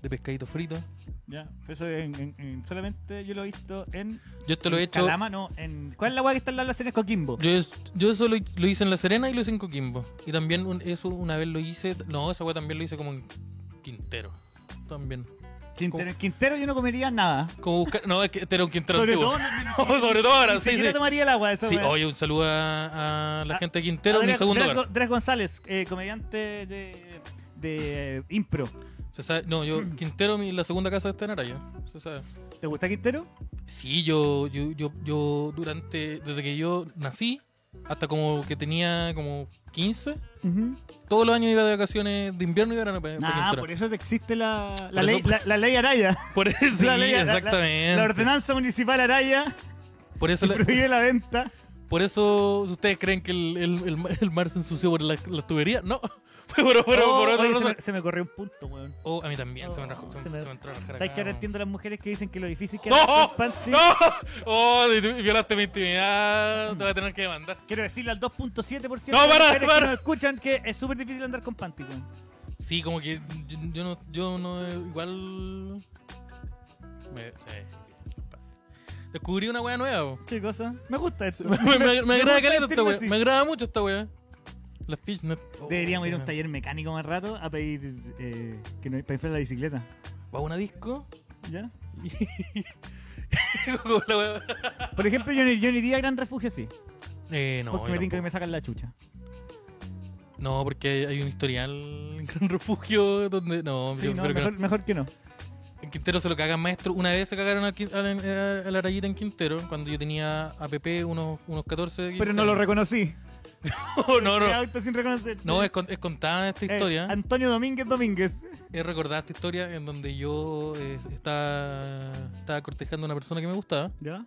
Speaker 2: de pescadito frito.
Speaker 4: Ya, pero eso en- en- en- solamente yo lo he visto en.
Speaker 2: Yo te lo he
Speaker 4: en
Speaker 2: hecho...
Speaker 4: Calama, no. En, ¿Cuál es la weá que está en las en Coquimbo?
Speaker 2: Yo, es- yo eso lo, lo hice en La Serena y lo hice en Coquimbo. Y también un- eso una vez lo hice... No, esa weá también lo hice como en Quintero. también.
Speaker 4: Quintero, Quintero yo no comería nada.
Speaker 2: Como buscar... No, es que este era un Quintero
Speaker 4: Sobre
Speaker 2: antiguo.
Speaker 4: todo,
Speaker 2: No, sobre todo ahora,
Speaker 4: ni
Speaker 2: sí,
Speaker 4: siquiera
Speaker 2: sí.
Speaker 4: tomaría el agua. Eso
Speaker 2: Sí,
Speaker 4: weón.
Speaker 2: oye, un saludo a, a la
Speaker 4: A-
Speaker 2: gente de Quintero, mi
Speaker 4: Andrés-
Speaker 2: segundo
Speaker 4: Andrés
Speaker 2: hogar.
Speaker 4: Go- Andrés González, eh, comediante de, de impro.
Speaker 2: Se sabe- no, yo,
Speaker 4: Mm.
Speaker 2: Quintero, mi, la segunda casa está en Araya. Se sabe.
Speaker 4: ¿Te gusta Quintero?
Speaker 2: Sí, yo, yo, yo, yo durante, desde que yo nací hasta como que tenía como 15,
Speaker 4: Ujú.
Speaker 2: todos los años iba de vacaciones de invierno y verano. para- para
Speaker 4: Nah,
Speaker 2: Quintero.
Speaker 4: Ah, por eso existe la, la
Speaker 2: Por
Speaker 4: ley,
Speaker 2: eso-
Speaker 4: la, la ley Araya.
Speaker 2: Por eso, sí,
Speaker 4: la ley- la- la-
Speaker 2: exactamente.
Speaker 4: La ordenanza municipal Araya
Speaker 2: por, eso,
Speaker 4: que
Speaker 2: la-
Speaker 4: prohíbe la venta.
Speaker 2: por eso, ustedes creen que el, el- el mar- el mar se ensució por las las tuberías, no. Pero, pero
Speaker 4: Oh,
Speaker 2: por otra
Speaker 4: oye, se,
Speaker 2: razón.
Speaker 4: me, se me corrió un punto, weón.
Speaker 2: Oh, a mí también, se me
Speaker 4: Oh,
Speaker 2: rajó. Se,
Speaker 4: se
Speaker 2: me,
Speaker 4: me-
Speaker 2: se me entró a rajar
Speaker 4: ¿Sabes
Speaker 2: acá,
Speaker 4: que ahora
Speaker 2: weón.
Speaker 4: entiendo a las mujeres que dicen que lo difícil que
Speaker 2: ¡No!
Speaker 4: era hacer panty?
Speaker 2: ¡No! Oh, y tú violaste mi intimidad. Te voy a tener que demandar.
Speaker 4: Quiero decirle al 2.7% de
Speaker 2: No, para,
Speaker 4: las mujeres
Speaker 2: para.
Speaker 4: que nos escuchan que es súper difícil andar con panty, weón.
Speaker 2: Sí, como que yo, yo no, yo no, eh, igual. Me, sí. Descubrí una wea nueva. bo.
Speaker 4: ¿Qué cosa? Me gusta eso.
Speaker 2: Me, me- me agrada
Speaker 4: gusta
Speaker 2: caleta esta
Speaker 4: sentirme
Speaker 2: wea.
Speaker 4: así.
Speaker 2: Me agrada mucho esta wea. Las fishnet. Oh,
Speaker 4: Deberíamos
Speaker 2: sí,
Speaker 4: ir a un
Speaker 2: me-
Speaker 4: taller mecánico más rato a pedir eh, que no para inflar la bicicleta.
Speaker 2: Va a una disco.
Speaker 4: ¿Ya?
Speaker 2: Como la wea-
Speaker 4: Por ejemplo, yo, no- yo no iría a Gran Refugio sí.
Speaker 2: eh, no,
Speaker 4: porque
Speaker 2: yo
Speaker 4: me tinca que
Speaker 2: tampoco.
Speaker 4: me sacan la chucha.
Speaker 2: no, porque hay, hay un historial en Gran Refugio donde. No,
Speaker 4: Sí,
Speaker 2: yo
Speaker 4: no,
Speaker 2: prefiero que no.
Speaker 4: mejor, mejor que no.
Speaker 2: En Quintero se lo cagan maestro. Una vez se cagaron al, Quin- al, al- a la rayita en Quintero, cuando yo tenía APP unos, unos 14. 15
Speaker 4: Pero no lo Eh,
Speaker 2: años.
Speaker 4: reconocí.
Speaker 2: no,
Speaker 4: Me
Speaker 2: no.
Speaker 4: auto sin reconocer. Eh,
Speaker 2: No, es, con- es contada esta historia.
Speaker 4: Antonio Domínguez Domínguez.
Speaker 2: He recordado esta historia en donde yo eh, estaba, estaba cortejando a una persona que me gustaba.
Speaker 4: ¿Ya?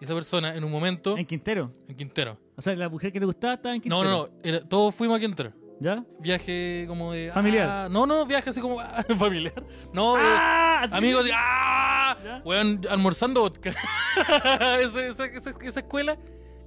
Speaker 2: Y esa persona, en un momento,
Speaker 4: En
Speaker 2: en,
Speaker 4: Quintero.
Speaker 2: Quintero.
Speaker 4: O sea, la mujer que te gustaba estaba en Quintero.
Speaker 2: No, no, no. era- todos fuimos a Quintero.
Speaker 4: ¿Ya?
Speaker 2: Viaje como de.
Speaker 4: Familiar.
Speaker 2: ah, no, no, viaje así como. ah, familiar. No, de-
Speaker 4: ¡Ah! Así-
Speaker 2: Amigos, Oh, eh, de- ¡ah!
Speaker 4: ¿Ya?
Speaker 2: Weón, almorzando vodka. esa, esa- esa- esa escuela.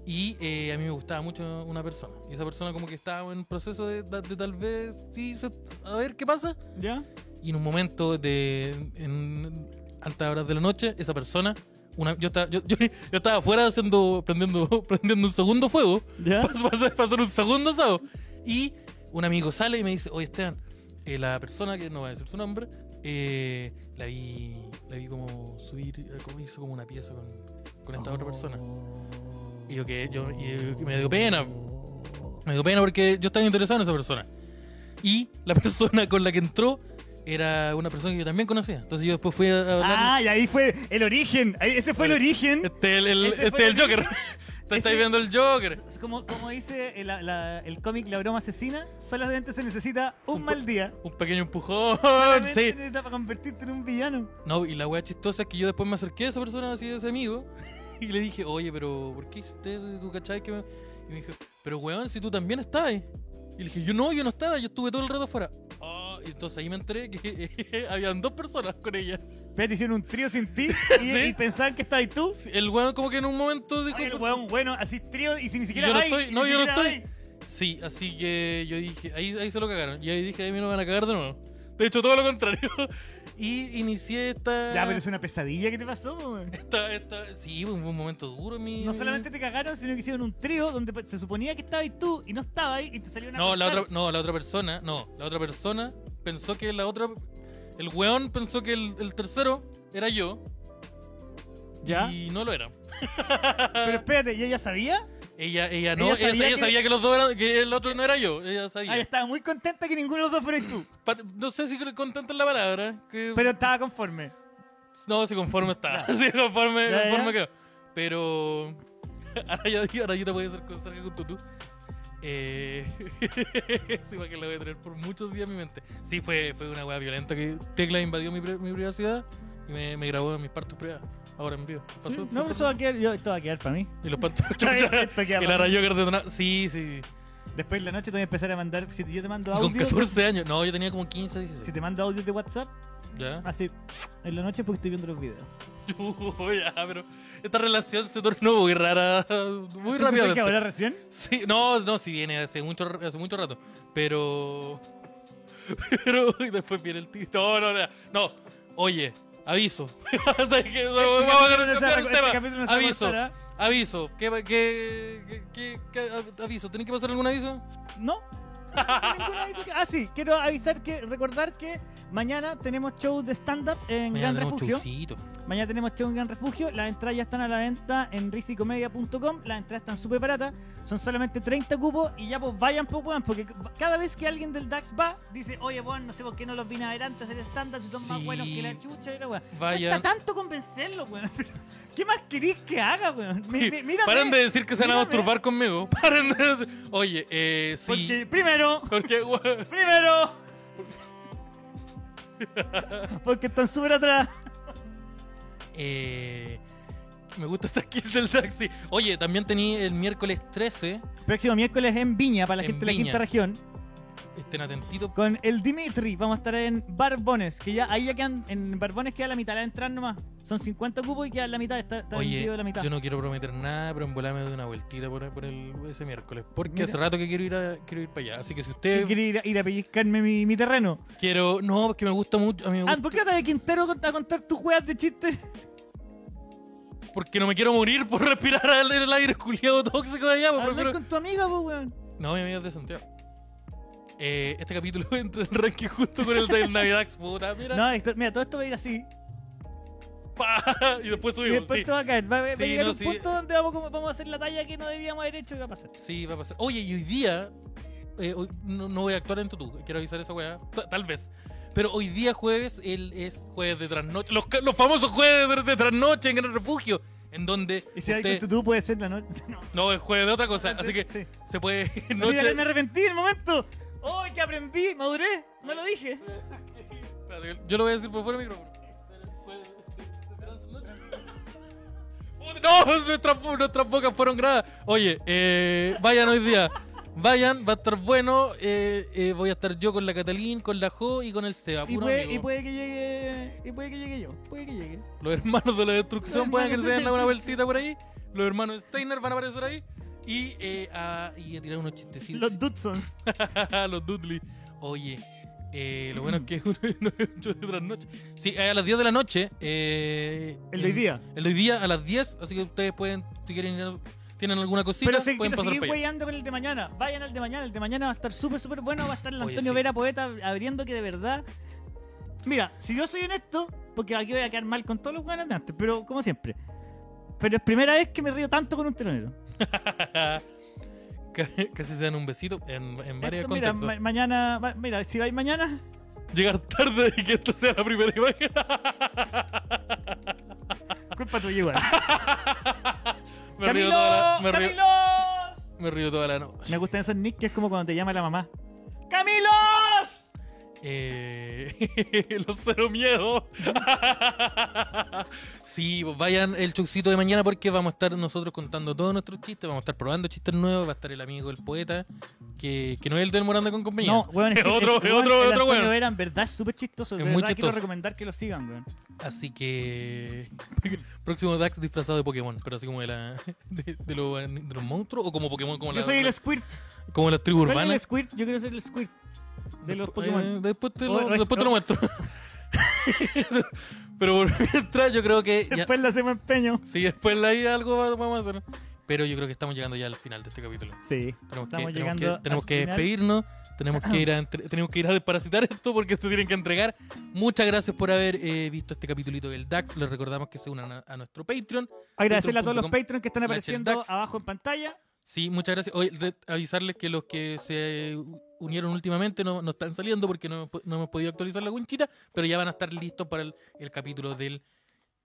Speaker 2: Y eh, a mí me gustaba mucho una persona. Y esa persona como que estaba en proceso de, de- de tal vez, sí, se- a ver qué pasa.
Speaker 4: ¿Ya?
Speaker 2: Y en un momento de en altas horas de la noche, esa persona, una, yo, estaba, yo, yo- yo estaba afuera haciendo, prendiendo, prendiendo un segundo fuego.
Speaker 4: ¿Ya?
Speaker 2: Pasó- pasó- Pasaron un segundo asado. Y un amigo sale y me dice, oye Esteban, eh, la persona que no va a decir su nombre, eh, la vi. La vi como subir, eh, como hizo como una pieza con, con esta otra persona. Y yo que yo, y yo- me dio pena. Me dio pena porque yo estaba interesado en esa persona. Y la persona con la que entró era una persona que yo también conocía. Entonces yo después fui a a hablar.
Speaker 4: Ah, y ahí fue el origen. Ahí- ese fue el origen.
Speaker 2: Este el, el-
Speaker 4: Ese
Speaker 2: este
Speaker 4: fue
Speaker 2: el
Speaker 4: el-
Speaker 2: Joker. Te
Speaker 4: ese-
Speaker 2: estáis viendo el Joker.
Speaker 4: Como, como dice el, la- la- el cómic La broma asesina, solamente se necesita un mal día.
Speaker 2: Un pequeño empujón.
Speaker 4: Solamente
Speaker 2: Sí.
Speaker 4: necesitas para convertirte en un villano.
Speaker 2: No, y la wea chistosa es que yo después me acerqué a esa persona, así de ese amigo, y le dije, oye, pero ¿por qué hiciste eso si tú cachai que me.? Y me dijo, pero weón, si tú también estabas. Y le dije, yo no, yo no estaba, yo estuve todo el rato afuera. Ah, y entonces ahí me enteré que habían dos personas con ella.
Speaker 4: Espérate, hicieron un trío sin ti y,
Speaker 2: Sí.
Speaker 4: y pensaban que estabas tú.
Speaker 2: Sí, El weón, como que en un momento dijo.
Speaker 4: Ay, el
Speaker 2: "Por-
Speaker 4: weón bueno, así trío y si ni siquiera
Speaker 2: Yo no
Speaker 4: vais,
Speaker 2: estoy-
Speaker 4: ni
Speaker 2: no, yo no
Speaker 4: siquiera
Speaker 2: estoy.
Speaker 4: vais.
Speaker 2: Sí, así que yo dije, ahí, ahí se lo cagaron. Y ahí dije, ahí me lo van a cagar de nuevo. De hecho, todo lo contrario. Y inicié esta.
Speaker 4: Ya, pero es una pesadilla que te pasó, po, weón.
Speaker 2: esta, esta- Sí, fue un un momento duro en mi.
Speaker 4: No solamente te cagaron, sino que hicieron un trío donde pa- se suponía que estabas tú y no estabas y te salió una
Speaker 2: No, la
Speaker 4: postal.
Speaker 2: otra, no, la otra persona, no, la otra persona pensó que la otra, el weón pensó que el, el tercero era yo
Speaker 4: ¿Ya?
Speaker 2: y no lo era.
Speaker 4: Pero espérate, ¿y ella sabía?
Speaker 2: Ella, ella no, ella
Speaker 4: Ella
Speaker 2: ella sabía,
Speaker 4: sabía
Speaker 2: que...
Speaker 4: que-
Speaker 2: los dos eran, que el otro no era yo, ella sabía.
Speaker 4: Ah, ella estaba muy contenta que ninguno de los dos fueras tú.
Speaker 2: Pa- no sé si contenta es la palabra, que
Speaker 4: Pero estaba conforme.
Speaker 2: no, si conforme está, si
Speaker 4: Ya,
Speaker 2: conforme,
Speaker 4: ya.
Speaker 2: conforme quedó. Pero ahora yo, digo, ahora yo te voy a hacer con Sergio con tutú. Eh, sí, para que la voy a traer por muchos días en mi mente. Sí, fue, fue una weá violenta que Tecla invadió mi, pri- mi privacidad y me, me grabó en mis partos privadas. Ahora en vivo. Pasó-
Speaker 4: No,
Speaker 2: pasó-
Speaker 4: pero eso va a quedar, yo, esto va a quedar para mí.
Speaker 2: Y los pantos
Speaker 4: Esto queda
Speaker 2: Y la
Speaker 4: para mí.
Speaker 2: rayó que detonado. Sí, sí.
Speaker 4: Después en la noche te voy a empezar a mandar, si yo te mando
Speaker 2: Con
Speaker 4: audio,
Speaker 2: 14 años. No, yo tenía como 15,
Speaker 4: si
Speaker 2: 16.
Speaker 4: te mando audio de WhatsApp,
Speaker 2: Ya.
Speaker 4: así en la noche porque estoy viendo los videos.
Speaker 2: Uy, ya, pero esta relación se tornó muy rara. Muy
Speaker 4: ¿Tú pensaste
Speaker 2: rápido.
Speaker 4: que ahora recién?
Speaker 2: Sí, no, no, sí viene hace mucho, hace mucho rato. Pero. Pero. Y después viene el tío. No, no, no. no. Oye, aviso. O sea, que- vamos a
Speaker 4: capítulo no se va a
Speaker 2: cambiar el
Speaker 4: rec- este capítulo
Speaker 2: tema.
Speaker 4: no se va a
Speaker 2: Aviso,
Speaker 4: cortar,
Speaker 2: aviso. ¿Qué, qué, qué, qué- qué- aviso? ¿Tenés que pasar algún aviso?
Speaker 4: ¿No? Ninguno dice que- Ah, sí, quiero avisar que, recordar que mañana tenemos show de stand-up en
Speaker 2: Mañana
Speaker 4: Gran
Speaker 2: tenemos
Speaker 4: Refugio.
Speaker 2: showcito.
Speaker 4: Mañana tenemos show en Gran Refugio. Las entradas ya están a la venta en risicomedia.com. Las entradas están súper baratas. Son solamente 30 cupos y ya pues vayan, pues weón, porque cada vez que alguien del DAX va, dice, oye, weón, no sé por qué no los vine a ver antes hacer stand-up, si son más
Speaker 2: Sí.
Speaker 4: buenos que la chucha y la weón.
Speaker 2: Vayan.
Speaker 4: Cuesta tanto convencerlo, weón. ¿Qué más querís que haga, weón? Mi- mi- mírame,
Speaker 2: Paren de decir que se van a
Speaker 4: mírame.
Speaker 2: masturbar conmigo. Paren de decir- Oye, eh, sí.
Speaker 4: Porque primero,
Speaker 2: Porque, weón,
Speaker 4: primero. Porque están súper atrás.
Speaker 2: eh, me gusta esta kit del taxi. Oye, también tení el miércoles 13.
Speaker 4: Próximo miércoles en Viña, para la
Speaker 2: En
Speaker 4: gente de la
Speaker 2: Viña.
Speaker 4: quinta región.
Speaker 2: Estén atentitos.
Speaker 4: Con el Dimitri vamos a estar en Barbones, que ya ahí ya quedan, en Barbones queda la mitad, la entrar nomás. Son 50 cupos y queda la mitad, está, está
Speaker 2: Oye,
Speaker 4: vendido la mitad.
Speaker 2: yo no quiero prometer nada, pero en volar me doy una vueltita por, por el, ese miércoles. Porque
Speaker 4: Mira.
Speaker 2: hace rato que quiero ir, a, quiero ir para allá. Así que si
Speaker 4: Y
Speaker 2: usted
Speaker 4: quiere ir, a- ir a pellizcarme mi, mi terreno.
Speaker 2: quiero. No, porque me gusta mucho. A mí me
Speaker 4: Ah,
Speaker 2: gusta-
Speaker 4: ¿Por qué te de Quintero con- a contar tus juegas de chiste?
Speaker 2: Porque no me quiero morir por respirar el, el aire culiado tóxico de allá. pues,
Speaker 4: Hablar
Speaker 2: prefiero-
Speaker 4: con tu amiga, pues, weón.
Speaker 2: No, mi amigo es de Santiago. Eh, este capítulo entra en el ranking justo con el del Navidad puta, mira.
Speaker 4: No, esto- mira, todo esto va a ir así.
Speaker 2: pa, y después
Speaker 4: Y
Speaker 2: subimos.
Speaker 4: después
Speaker 2: sí.
Speaker 4: esto va a caer. Va, a- va a
Speaker 2: Sí,
Speaker 4: llegar
Speaker 2: no,
Speaker 4: un
Speaker 2: sí.
Speaker 4: punto donde vamos, como- vamos a hacer la talla que no debíamos haber hecho y va a pasar.
Speaker 2: Sí, va a pasar. Oye, y hoy día. eh, hoy- no, no voy a actuar en Tutu, quiero avisar esa weá. ta- Tal vez. Pero hoy día jueves el, es jueves de trasnoche. Los, ca- los famosos jueves de, de trasnoche en el refugio. En donde.
Speaker 4: Y si
Speaker 2: usted-
Speaker 4: hay con tú puede ser la noche. No.
Speaker 2: No, es jueves de otra cosa. Así que
Speaker 4: Sí.
Speaker 2: se puede.
Speaker 4: No,
Speaker 2: noche-
Speaker 4: me arrepentí en el momento. ¡Oh, que aprendí! ¡Maduré! No lo dije.
Speaker 2: Espérate, Yo lo voy a decir por fuera del micrófono. Puta, No, nuestras, bo- nuestras bocas fueron gradas. Oye, eh, vayan hoy día. Vayan, va a estar bueno. eh, eh, voy a estar yo con la Catalín, con la Jo y con el Seba.
Speaker 4: Y
Speaker 2: puro
Speaker 4: puede, y
Speaker 2: amigo.
Speaker 4: puede que llegue. Y puede que llegue yo. Puede que llegue.
Speaker 2: Los hermanos de la destrucción
Speaker 4: Los
Speaker 2: pueden que
Speaker 4: hermanos
Speaker 2: se
Speaker 4: de
Speaker 2: den
Speaker 4: la
Speaker 2: una
Speaker 4: destrucción.
Speaker 2: vueltita por ahí. Los hermanos Steiner van a aparecer ahí. Y, eh, a, y a tirar unos chistecitos.
Speaker 4: Los Dudsons.
Speaker 2: los Dudley. Oye, eh, lo bueno es que es uno de ocho de trasnoche. Sí, eh, a las 10 de la noche. eh,
Speaker 4: El de hoy
Speaker 2: en-
Speaker 4: día.
Speaker 2: El de hoy día a las 10, así que ustedes pueden, si quieren ir, a- tienen alguna cosita,
Speaker 4: Pero si quiero
Speaker 2: pueden pasar
Speaker 4: seguir
Speaker 2: para allá.
Speaker 4: weyando con el de mañana. Vayan al de mañana. El de mañana va a estar súper, súper bueno. Va a estar el
Speaker 2: Oye,
Speaker 4: Antonio
Speaker 2: sí.
Speaker 4: Vera Poeta abriendo que de verdad. Mira, si yo soy honesto, porque aquí voy a quedar mal con todos los buenos de antes, pero como siempre. Pero es primera vez que me río tanto con un telonero.
Speaker 2: Ca- Casi se dan un besito en, en varios
Speaker 4: Esto, mira,
Speaker 2: contextos.
Speaker 4: ma- mañana, ma- mira, si vais mañana,
Speaker 2: Llegar tarde y que esto sea la primera imagen.
Speaker 4: culpa tuya igual.
Speaker 2: me, río toda la, me, río,
Speaker 4: ¡Camilos!
Speaker 2: me río toda la noche.
Speaker 4: Me gustan esos nick que es como cuando te llama la mamá. ¡Camilos!
Speaker 2: Eh, los cero miedo. sí, pues vayan el chuxito de mañana porque vamos a estar nosotros contando todos nuestros chistes, vamos a estar probando chistes nuevos, va a estar el amigo, el poeta, que, que no es el del Moranda con compañía.
Speaker 4: No, weón,
Speaker 2: es
Speaker 4: que
Speaker 2: otro,
Speaker 4: el-
Speaker 2: es
Speaker 4: weón,
Speaker 2: otro,
Speaker 4: el
Speaker 2: es otro
Speaker 4: Antonio
Speaker 2: weón.
Speaker 4: Vera, en verdad es súper chistoso. De
Speaker 2: Es muy
Speaker 4: verdad quiero
Speaker 2: chistoso.
Speaker 4: recomendar que lo sigan, weón.
Speaker 2: Así que próximo Dax disfrazado de Pokémon, pero así como de, la, de, de los, de los monstruos o como Pokémon, como,
Speaker 4: Yo
Speaker 2: la,
Speaker 4: soy el Squirt.
Speaker 2: como las tribus
Speaker 4: ¿Cuál es el
Speaker 2: urbanas.
Speaker 4: Squirt? Yo quiero ser el Squirt de los
Speaker 2: Despu-
Speaker 4: Pokémon.
Speaker 2: eh, después te
Speaker 4: O-
Speaker 2: lo,
Speaker 4: o-
Speaker 2: después te lo
Speaker 4: o-
Speaker 2: muestro. pero por mientras yo creo que... ya-
Speaker 4: Después le hacemos empeño.
Speaker 2: Sí, después la hay algo va- vamos a hacer. Pero yo creo que estamos llegando ya al final de este capítulo.
Speaker 4: Sí.
Speaker 2: Tenemos que,
Speaker 4: Estamos
Speaker 2: tenemos
Speaker 4: llegando
Speaker 2: que, tenemos
Speaker 4: al
Speaker 2: que
Speaker 4: final.
Speaker 2: despedirnos, tenemos que, ir a, entre- tenemos que ir a desparasitar esto porque se tienen que entregar. Muchas gracias por haber eh, visto este capitulito del DAX. Les recordamos que se unan a, a nuestro Patreon.
Speaker 4: Agradecerle a todos los
Speaker 2: Patreon.com
Speaker 4: Patreons que están
Speaker 2: slash el
Speaker 4: apareciendo
Speaker 2: Dax.
Speaker 4: abajo en pantalla.
Speaker 2: Sí, muchas gracias. Hoy re- avisarles que los que se unieron últimamente no, no están saliendo porque no, hemos po- no hemos podido actualizar la winchita, pero ya van a estar listos para el, el capítulo del...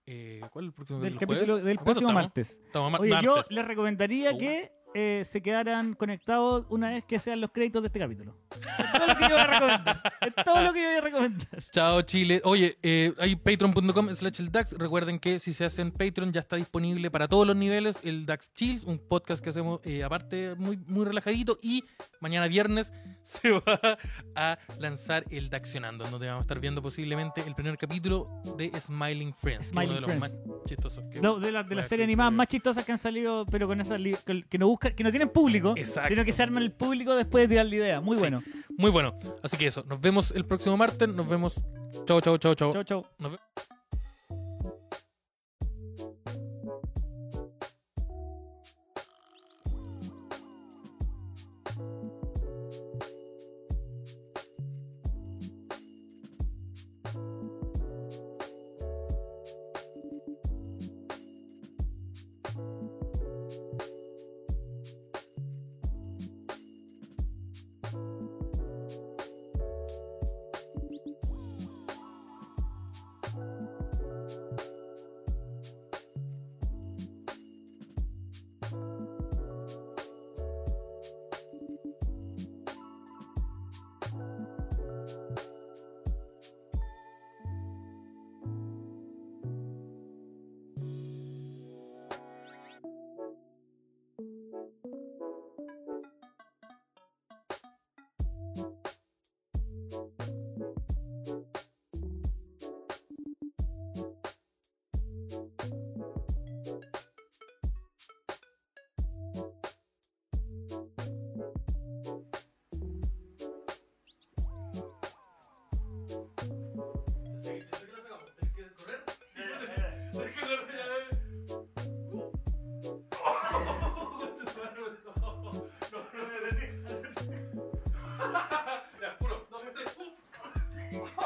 Speaker 2: eh, ¿Cuál es el próximo
Speaker 4: Del
Speaker 2: ¿El
Speaker 4: capítulo
Speaker 2: jueves? ¿A
Speaker 4: del
Speaker 2: cuándo
Speaker 4: próximo
Speaker 2: estamos?
Speaker 4: martes.
Speaker 2: Estamos a mar-
Speaker 4: Oye, yo
Speaker 2: martes.
Speaker 4: les recomendaría
Speaker 2: Oh.
Speaker 4: que eh, se quedaran conectados una vez que sean los créditos de este capítulo. Es todo lo que yo voy a recomendar. Es todo lo que yo voy a recomendar.
Speaker 2: Chao Chile. Oye, eh, hay patreon.com slash el DAX. Recuerden que si se hacen Patreon ya está disponible para todos los niveles el DAX Chills, un podcast que hacemos eh, aparte muy, muy relajadito y mañana viernes se va a lanzar el Daxionando, donde vamos a estar viendo posiblemente el primer capítulo de Smiling Friends, que es uno de
Speaker 4: Smiling
Speaker 2: los más chistosos. que-
Speaker 4: No, de las de
Speaker 2: Bueno,
Speaker 4: las series
Speaker 2: aquí-
Speaker 4: animadas más chistosas que han salido, pero con esas li- que, que no buscan, que no tienen público,
Speaker 2: Exacto.
Speaker 4: sino que se arman el público después de tirar la idea. Muy
Speaker 2: Sí.
Speaker 4: bueno.
Speaker 2: Muy bueno. Así que eso, nos vemos el próximo martes. Nos vemos. Chao, chao, chao, chao.
Speaker 4: Chau, chau.
Speaker 2: Nos ve- Ya, uno, dos, tres. ¡uh!